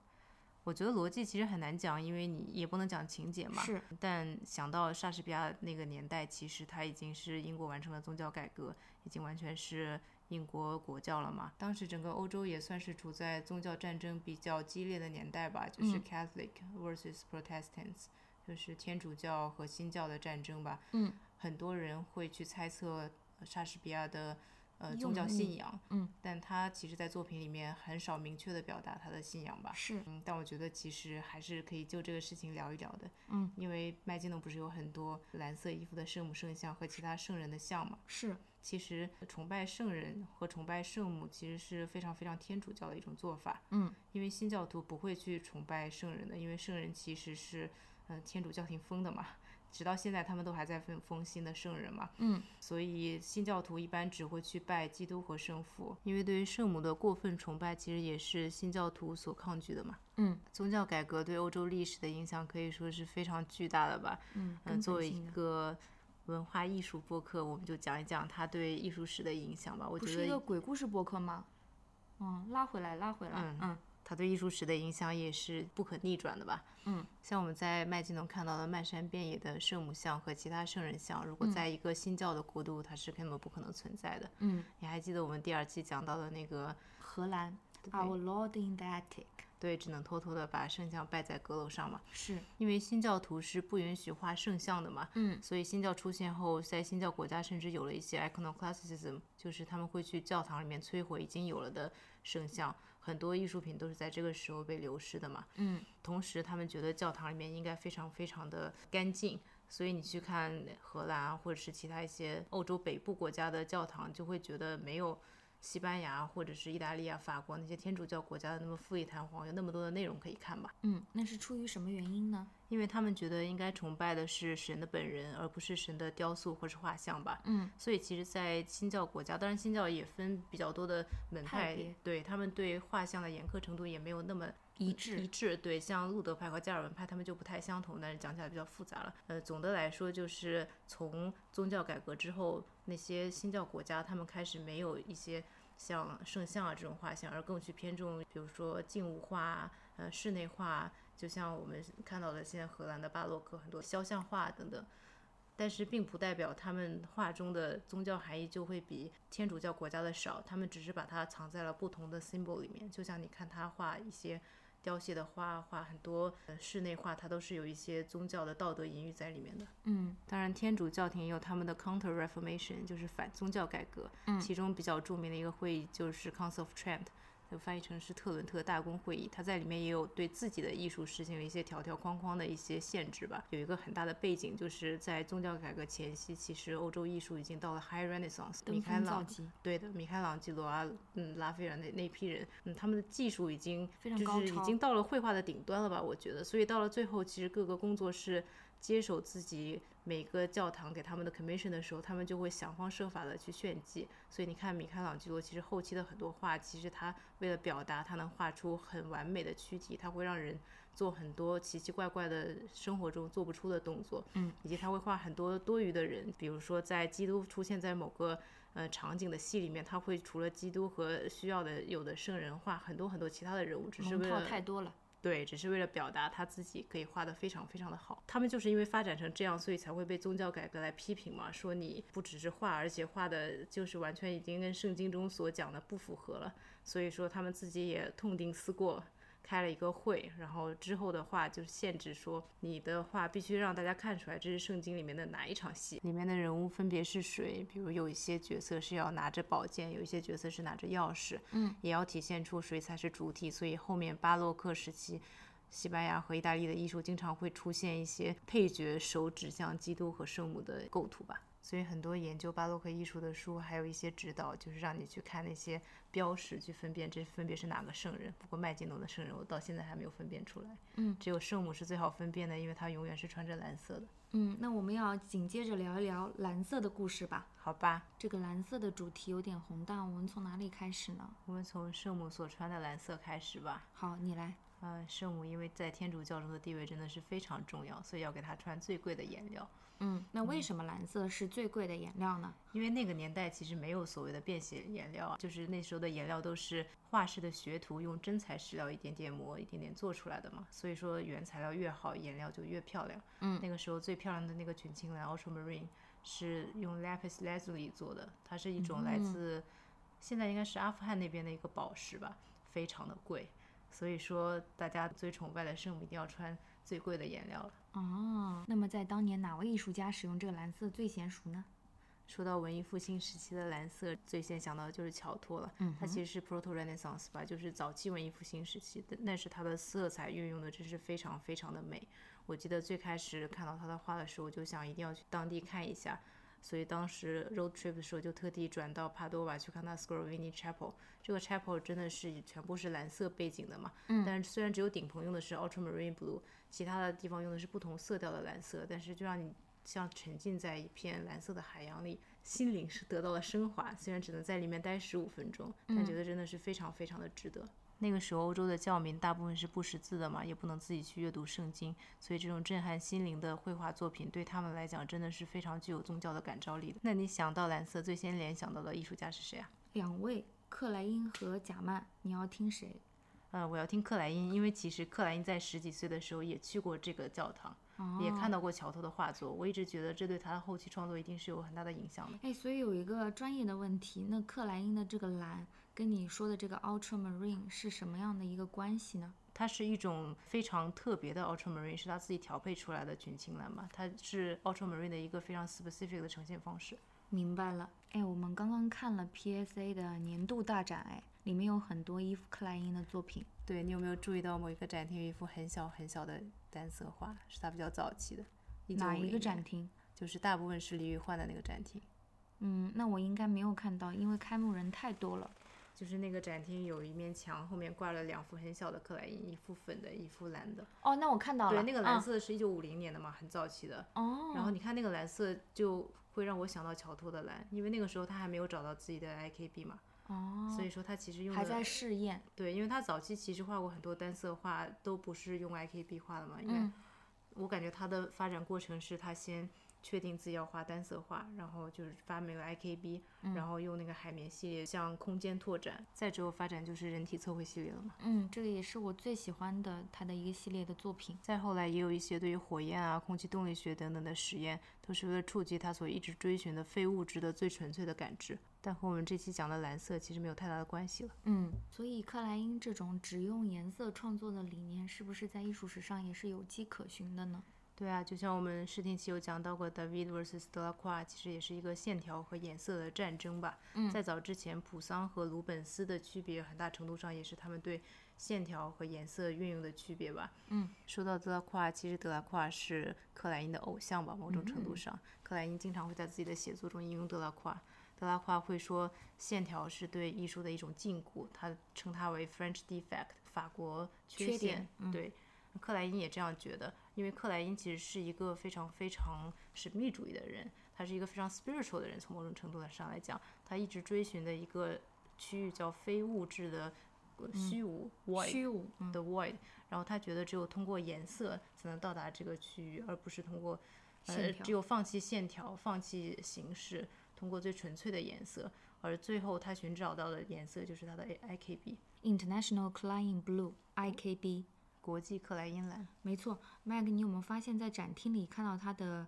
Speaker 1: 我觉得逻辑其实很难讲，因为你也不能讲情节嘛。
Speaker 2: 是，
Speaker 1: 但想到莎士比亚那个年代，其实他已经是英国完成了宗教改革，已经完全是英国国教了嘛。当时整个欧洲也算是处在宗教战争比较激烈的年代吧，就是
Speaker 2: 嗯
Speaker 1: Catholic versus Protestants，、就是天主教和新教的战争吧。
Speaker 2: 嗯，
Speaker 1: 很多人会去猜测莎士比亚的呃
Speaker 2: 用
Speaker 1: 宗教信
Speaker 2: 意
Speaker 1: 仰，
Speaker 2: 嗯，
Speaker 1: 但他其实在作品里面很少明确的表达他的信仰吧。
Speaker 2: 是
Speaker 1: 嗯，但我觉得其实还是可以就这个事情聊一聊的。
Speaker 2: 嗯，
Speaker 1: 因为麦金农不是有很多蓝色衣服的圣母圣像和其他圣人的像嘛？
Speaker 2: 是，
Speaker 1: 其实崇拜圣人和崇拜圣母其实是非常非常天主教的一种做法。
Speaker 2: 嗯，
Speaker 1: 因为新教徒不会去崇拜圣人的，因为圣人其实是嗯、呃天主教廷封的嘛。直到现在，他们都还在封封新的圣人嘛，
Speaker 2: 嗯，
Speaker 1: 所以新教徒一般只会去拜基督和圣父，因为对于圣母的过分崇拜，其实也是新教徒所抗拒的嘛。
Speaker 2: 嗯，
Speaker 1: 宗教改革对欧洲历史的影响可以说是非常巨大的吧。
Speaker 2: 嗯，
Speaker 1: 嗯，
Speaker 2: 根
Speaker 1: 作
Speaker 2: 本
Speaker 1: 为
Speaker 2: 性
Speaker 1: 一
Speaker 2: 的
Speaker 1: 个文化艺术播客，我们就讲一讲它对艺术史的影响吧。我
Speaker 2: 不
Speaker 1: 觉
Speaker 2: 是一个
Speaker 1: 得
Speaker 2: 鬼故事播客吗？嗯，拉回来，拉回来，
Speaker 1: 嗯
Speaker 2: 嗯
Speaker 1: 它对艺术史的影响也是不可逆转的吧。
Speaker 2: 嗯，
Speaker 1: 像我们在麦金农看到的漫山遍野的圣母像和其他圣人像，如果
Speaker 2: 嗯
Speaker 1: 在一个新教的国度，它是根本不可能存在的。
Speaker 2: 嗯，
Speaker 1: 你还记得我们第二期讲到的那个
Speaker 2: 荷兰，Our Lord in the Attic，
Speaker 1: 对，只能偷偷的把圣像拜在阁楼上嘛？
Speaker 2: 是，
Speaker 1: 因为新教徒是不允许画圣像的嘛。
Speaker 2: 嗯
Speaker 1: 所以新教出现后，在新教国家甚至有了一些 iconoclassism，就是他们会去教堂里面摧毁已经有了的圣像，很多艺术品都是在这个时候被流失的嘛。
Speaker 2: 嗯
Speaker 1: 同时，他们觉得教堂里面应该非常非常的干净，所以你去看荷兰啊或者是其他一些欧洲北部国家的教堂，就会觉得没有西班牙或者是意大利啊、法国那些天主教国家的那么富丽堂皇，有那么多的内容可以看吧。
Speaker 2: 嗯，那是出于什么原因呢？
Speaker 1: 因为他们觉得应该崇拜的是神的本人，而不是神的雕塑或是画像吧。
Speaker 2: 嗯，
Speaker 1: 所以其实，在新教国家，当然新教也分比较多的门
Speaker 2: 派
Speaker 1: 派，
Speaker 2: 别
Speaker 1: 对他们对画像的严苛程度也没有那么
Speaker 2: 一致
Speaker 1: 一致。对，像路德派和加尔文派，他们就不太相同，但是讲起来比较复杂了。呃，总的来说，就是从宗教改革之后，那些新教国家他们开始没有一些像圣像啊这种画像，而更去偏重，比如说静物画啊、呃室内画啊，就像我们看到的现在荷兰的巴洛克很多肖像画等等。但是并不代表他们画中的宗教含义就会比天主教国家的少，他们只是把它藏在了不同的 symbol 里面。就像你看他画一些凋谢的花，画很多呃室内画，它都是有一些宗教的道德隐喻在里面的。
Speaker 2: 嗯
Speaker 1: 当然，天主教廷也有他们的 Counter Reformation，就是反宗教改革。
Speaker 2: 嗯
Speaker 1: 其中比较著名的一个会议就是 Council of Trent，就翻译成是特伦特大公会议。它在里面也有对自己的艺术实行了一些条条框框的一些限制吧。有一个很大的背景，就是在宗教改革前夕，其实欧洲艺术已经到了 High Renaissance，米
Speaker 2: 登
Speaker 1: 开
Speaker 2: 峰造
Speaker 1: 朗
Speaker 2: 极，
Speaker 1: 对的，米开朗基罗啊，嗯，拉斐尔那那批人，嗯，他们的技术已经
Speaker 2: 非常
Speaker 1: 就
Speaker 2: 高
Speaker 1: 是已
Speaker 2: 超
Speaker 1: 经到了绘画的顶端了吧？我觉得，所以到了最后，其实各个工作室接手自己每个教堂给他们的 commission 的时候，他们就会想方设法的去炫技。所以你看，米开朗基罗其实后期的很多画，其实他为了表达，他能画出很完美的躯体，他会让人做很多奇奇怪怪的生活中做不出的动作，
Speaker 2: 嗯，
Speaker 1: 以及他会画很多多余的人，比如说在基督出现在某个呃场景的戏里面，他会除了基督和需要的有的圣人画很多很多其他的人物，只是
Speaker 2: 龙
Speaker 1: 为
Speaker 2: 套
Speaker 1: 了
Speaker 2: 太多了，
Speaker 1: 对，只是为了表达他自己可以画得非常非常的好。他们就是因为发展成这样，所以才会被宗教改革来批评嘛，说你不只是画，而且画的就是完全已经跟圣经中所讲的不符合了。所以说他们自己也痛定思过。开了一个会，然后之后的话就是限制说，你的话必须让大家看出来这是圣经里面的哪一场戏，里面的人物分别是谁。比如有一些角色是要拿着宝剑，有一些角色是拿着钥匙，
Speaker 2: 嗯，
Speaker 1: 也要体现出谁才是主体。所以后面巴洛克时期，西班牙和意大利的艺术经常会出现一些配角手指向基督和圣母的构图吧。所以很多研究巴洛克艺术的书，还有一些指导，就是让你去看那些标识，去分辨这分别是哪个圣人。不过麦金农的圣人，我到现在还没有分辨出来。
Speaker 2: 嗯
Speaker 1: 只有圣母是最好分辨的，因为她永远是穿着蓝色的。
Speaker 2: 嗯，那我们要紧接着聊一聊蓝色的故事吧。
Speaker 1: 好吧，
Speaker 2: 这个蓝色的主题有点宏大，我们从哪里开始呢？
Speaker 1: 我们从圣母所穿的蓝色开始吧。
Speaker 2: 好，你来。
Speaker 1: 嗯，圣母因为在天主教中的地位真的是非常重要，所以要给她穿最贵的颜料。
Speaker 2: 嗯，那为什么蓝色是最贵的颜料呢？
Speaker 1: 因为那个年代其实没有所谓的便携颜料啊，就是那时候的颜料都是画室的学徒用真材实料一点点磨、一点点做出来的嘛。所以说原材料越好，颜料就越漂亮。
Speaker 2: 嗯
Speaker 1: 那个时候最漂亮的那个群青蓝 （Ultramarine） 是用 lapis lazuli 做的，它是一种来自现在应该是阿富汗那边的一个宝石吧，非常的贵。所以说，大家最崇拜的圣母一定要穿最贵的颜料了。
Speaker 2: 哦，那么在当年哪位艺术家使用这个蓝色最娴熟呢？
Speaker 1: 说到文艺复兴时期的蓝色，最先想到的就是乔托了。
Speaker 2: 嗯
Speaker 1: 它其实是 Proto Renaissance 吧，就是早期文艺复兴时期的，但是它的色彩运用的真是非常非常的美。我记得最开始看到他的画的时候，我就想一定要去当地看一下，所以当时 road trip 的时候就特地转到帕多瓦去看他 Scorovini Chapel。这个 chapel 真的是全部是蓝色背景的嘛？嗯，但是虽然只有顶棚用的是 ultramarine blue，其他的地方用的是不同色调的蓝色，但是就让你像沉浸在一片蓝色的海洋里，心灵是得到了升华。虽然只能在里面待十五分钟，但觉得真的是非常非常的值得。嗯那个时候，欧洲的教民大部分是不识字的嘛，也不能自己去阅读圣经，所以这种震撼心灵的绘画作品对他们来讲真的是非常具有宗教的感召力的。那你想到蓝色，最先联想到的艺术家是谁啊？
Speaker 2: 两位，克莱因和贾曼，你要听谁？
Speaker 1: 呃，我要听克莱因，因为其实克莱因在十几岁的时候也去过这个教堂，也看到过桥头的画作。我一直觉得这对他的后期创作一定是有很大的影响的。
Speaker 2: 哎，所以有一个专业的问题，那克莱因的这个蓝跟你说的这个 ultramarine 是什么样的一个关系呢？
Speaker 1: 它是一种非常特别的 ultramarine，是他自己调配出来的群青蓝嘛，它是 ultramarine 的一个非常 specific 的呈现方式。
Speaker 2: 明白了，哎，我们刚刚看了 PSA 的年度大展，哎，里面有很多伊夫克莱因的作品。
Speaker 1: 对你有没有注意到某一个展厅有一幅很小很小的单色画，是他比较早期的？
Speaker 2: 哪一个
Speaker 1: 1950
Speaker 2: 展
Speaker 1: 年？
Speaker 2: 厅？
Speaker 1: 就是大部分是李玉焕的那个展厅。
Speaker 2: 嗯，那我应该没有看到，因为开幕人太多了。
Speaker 1: 就是那个展厅有一面墙，后面挂了两幅很小的克莱因，一幅粉的，一幅蓝的。
Speaker 2: 哦，那我看到了，
Speaker 1: 对，那个蓝
Speaker 2: 啊
Speaker 1: 色的是一九五零年的嘛，很早期的。
Speaker 2: 哦，
Speaker 1: 然后你看那个蓝色，就会让我想到乔托的蓝，因为那个时候他还没有找到自己的 IKB 嘛，
Speaker 2: 哦，
Speaker 1: 所以说他其实用
Speaker 2: 还
Speaker 1: 的
Speaker 2: 在试验。
Speaker 1: 对，因为他早期其实画过很多单色画，都不是用 IKB 画的嘛，因为
Speaker 2: 嗯
Speaker 1: 我感觉他的发展过程是他先确定自己要画单色画，然后就是发明了 IKB，、然
Speaker 2: 嗯
Speaker 1: 后用那个海绵系列向空间拓展，再之后发展就是人体测绘系列了嘛。
Speaker 2: 嗯，这个也是我最喜欢的他的一个系列的作品。
Speaker 1: 再后来也有一些对于火焰啊、空气动力学等等的实验，都是为了触及他所一直追寻的非物质的最纯粹的感知，但和我们这期讲的蓝色其实没有太大的关系了。
Speaker 2: 嗯，所以克莱因这种只用颜色创作的理念，是不是在艺术史上也是有迹可循的呢？
Speaker 1: 对啊，就像我们试听期有讲到过，David vs Delacroix 其实也是一个线条和颜色的战争吧。
Speaker 2: 嗯
Speaker 1: 在早之前，普桑和鲁本斯的区别，很大程度上也是他们对线条和颜色运用的区别吧。
Speaker 2: 嗯，
Speaker 1: 说到德拉库尔，其实德拉库尔是克莱因的偶像吧，某种程度
Speaker 2: 嗯
Speaker 1: 上，克莱因经常会在自己的写作中引用德拉库尔。德拉库尔会说，线条是对艺术的一种禁锢，他称它为 French defect，法国缺
Speaker 2: 缺
Speaker 1: 陷。
Speaker 2: 点嗯
Speaker 1: 对，克莱因也这样觉得，因为克莱因其实是一个非常非常神秘主义的人，他是一个非常 spiritual 的人，从某种程度上来讲，他一直追寻的一个区域叫非物质的呃虚
Speaker 2: 嗯
Speaker 1: 无、void
Speaker 2: 虚无，嗯，
Speaker 1: the void，然后他觉得只有通过颜色才能到达这个区域，而不是通过呃
Speaker 2: 线条
Speaker 1: 只有放弃线条、放弃形式，通过最纯粹的颜色，而最后他寻找到的颜色就是他的 I K B
Speaker 2: International Klein Blue IKB。
Speaker 1: 国际克莱因蓝。
Speaker 2: 没错，Mag，你有没有发现，在展厅里看到它的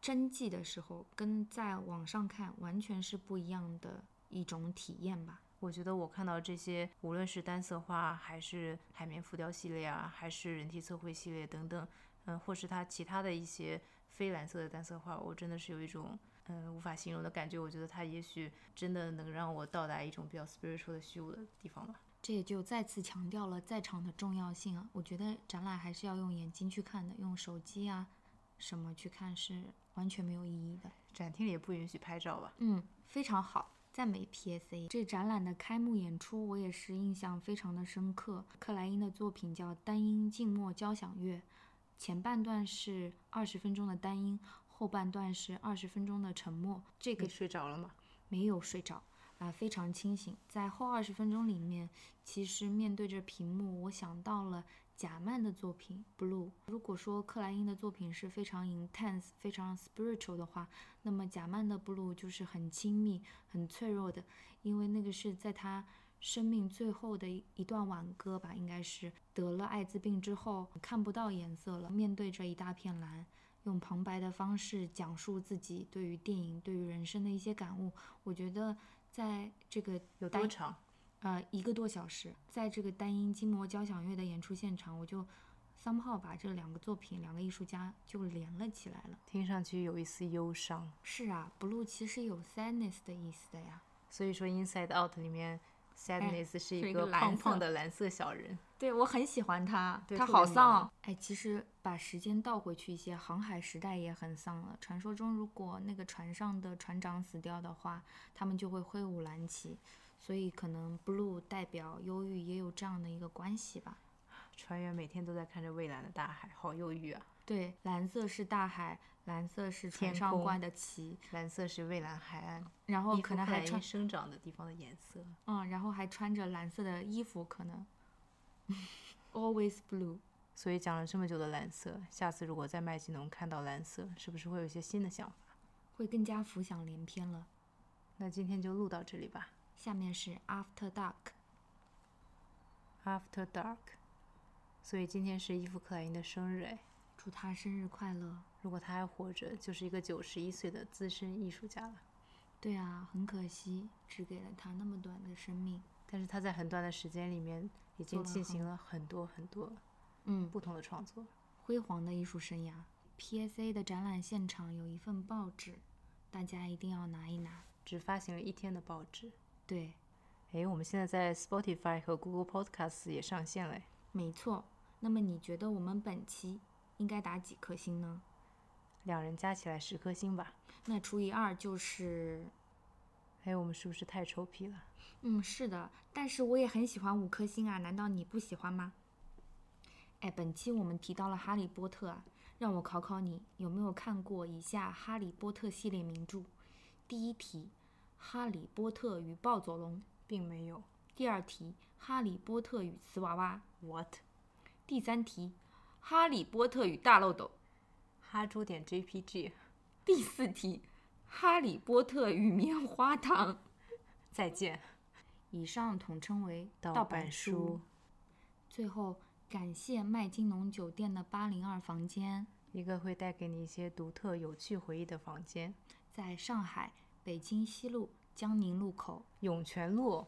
Speaker 2: 真迹的时候，跟在网上看完全是不一样的一种体验吧？
Speaker 1: 我觉得我看到这些，无论是单色画，还是海绵浮雕系列啊，还是人体测绘系列等等，嗯，或是它其他的一些非蓝色的单色画，我真的是有一种嗯无法形容的感觉。我觉得它也许真的能让我到达一种比较 spiritual 的虚无的地方吧。
Speaker 2: 这也就再次强调了在场的重要性啊！我觉得展览还是要用眼睛去看的，用手机啊什么去看是完全没有意义的。
Speaker 1: 展厅里也不允许拍照吧？
Speaker 2: 嗯，非常好，赞美 PSA。这展览的开幕演出我也是印象非常的深刻。克莱因的作品叫《单音静默交响乐》，前半段是二十分钟的单音，后半段是二十分钟的沉默。这个
Speaker 1: 你睡着了吗？
Speaker 2: 没有睡着啊、非常清醒。在后二十分钟里面，其实面对着屏幕，我想到了贾曼的作品《Blue》。如果说克莱因的作品是非常 intense、非常 spiritual 的话，那么贾曼的《Blue》就是很亲密、很脆弱的，因为那个是在他。生命最后的一一段挽歌吧，应该是得了艾滋病之后看不到颜色了，面对着一大片蓝，用旁白的方式讲述自己对于电影、对于人生的一些感悟。我觉得在这个
Speaker 6: 有
Speaker 2: 单
Speaker 6: 多长？
Speaker 2: 呃一个多小时，在这个单音筋膜交响乐的演出现场，我就 somehow 把这两个作品、两个艺术家就连了起来了。
Speaker 1: 听上去有一丝忧伤。
Speaker 2: 是啊，不露其实有 sadness 的意思的呀。
Speaker 1: 所以说，《Inside Out》里面 Sadness 哎是
Speaker 2: 是一
Speaker 1: 一
Speaker 2: 个
Speaker 1: 个
Speaker 2: 蓝
Speaker 1: 胖
Speaker 2: 色
Speaker 1: 胖的蓝色小人。
Speaker 2: 对我很喜欢他，
Speaker 1: 对
Speaker 2: 他
Speaker 1: 特
Speaker 2: 好
Speaker 1: 别
Speaker 2: 丧
Speaker 1: 萌。
Speaker 2: 哎，其实把时间倒回去一些，航海时代也很丧了。传说中，如果那个船上的船长死掉的话，他们就会挥舞蓝旗，所以可能 blue 代表忧郁，也有这样的一个关系吧。
Speaker 1: 船员每天都在看着蔚蓝的大海，好忧郁啊！
Speaker 2: 对，蓝色是大海，蓝色是船
Speaker 1: 天
Speaker 2: 上挂
Speaker 1: 空
Speaker 2: 的旗，
Speaker 1: 蓝色是蔚蓝海岸，
Speaker 2: 然后
Speaker 1: 一
Speaker 2: 可能还穿，
Speaker 1: 生长的地方的颜色。
Speaker 2: 嗯，然后还穿着蓝色的衣服，可能 always blue。
Speaker 1: 所以讲了这么久的蓝色，下次如果在麦吉农看到蓝色，是不是会有一些新的想法？
Speaker 2: 会更加浮想联翩了。
Speaker 1: 那今天就录到这里吧。
Speaker 2: 下面是 After Dark，
Speaker 1: After Dark。所以今天是伊夫克莱因的生日哎，
Speaker 2: 祝他生日快乐。
Speaker 1: 如果他还活着，就是一个九十一岁的资深艺术家了。
Speaker 2: 对啊，很可惜，只给了他那么短的生命。
Speaker 1: 但是他在很短的时间里面，已
Speaker 2: 做
Speaker 1: 经
Speaker 2: 了
Speaker 1: 进
Speaker 2: 很
Speaker 1: 行了很多很多
Speaker 2: 嗯，
Speaker 1: 不同的创作。
Speaker 2: 辉煌的艺术生涯。PSA 的展览现场有一份报纸，大家一定要拿一拿。
Speaker 1: 只发行了一天的报纸。
Speaker 2: 对，
Speaker 1: 诶，我们现在在 Spotify 和 Google Podcasts 也上线了哎诶。
Speaker 2: 没错。那么你觉得我们本期应该打几颗星呢？
Speaker 1: 两人加起来十颗星吧。
Speaker 2: 那除以二就是，
Speaker 1: 诶，哎我们是不是太臭屁了？
Speaker 2: 嗯，是的。但是我也很喜欢五颗星啊，难道你不喜欢吗？哎，本期我们提到了《哈利波特》啊，让我考考你，有没有看过以下《哈利波特》系列名著？第一题，《哈利波特与暴走龙》；
Speaker 1: 并没有。
Speaker 2: 第二题，《哈利波特与瓷娃娃
Speaker 1: What？》；
Speaker 2: 第三题，《哈利波特与大漏斗》。
Speaker 1: 哈猪点 JPG，
Speaker 2: 第四题，《哈利波特与棉花糖》。
Speaker 1: 再见。
Speaker 2: 以上统称为
Speaker 1: 盗
Speaker 2: 盗
Speaker 1: 版
Speaker 2: 版
Speaker 1: 书
Speaker 2: 最后，感谢麦金农酒店的八零二房间，
Speaker 1: 一个会带给你一些独特、有趣回忆的房间。
Speaker 2: 在上海北京西路江宁路口。
Speaker 1: 涌泉路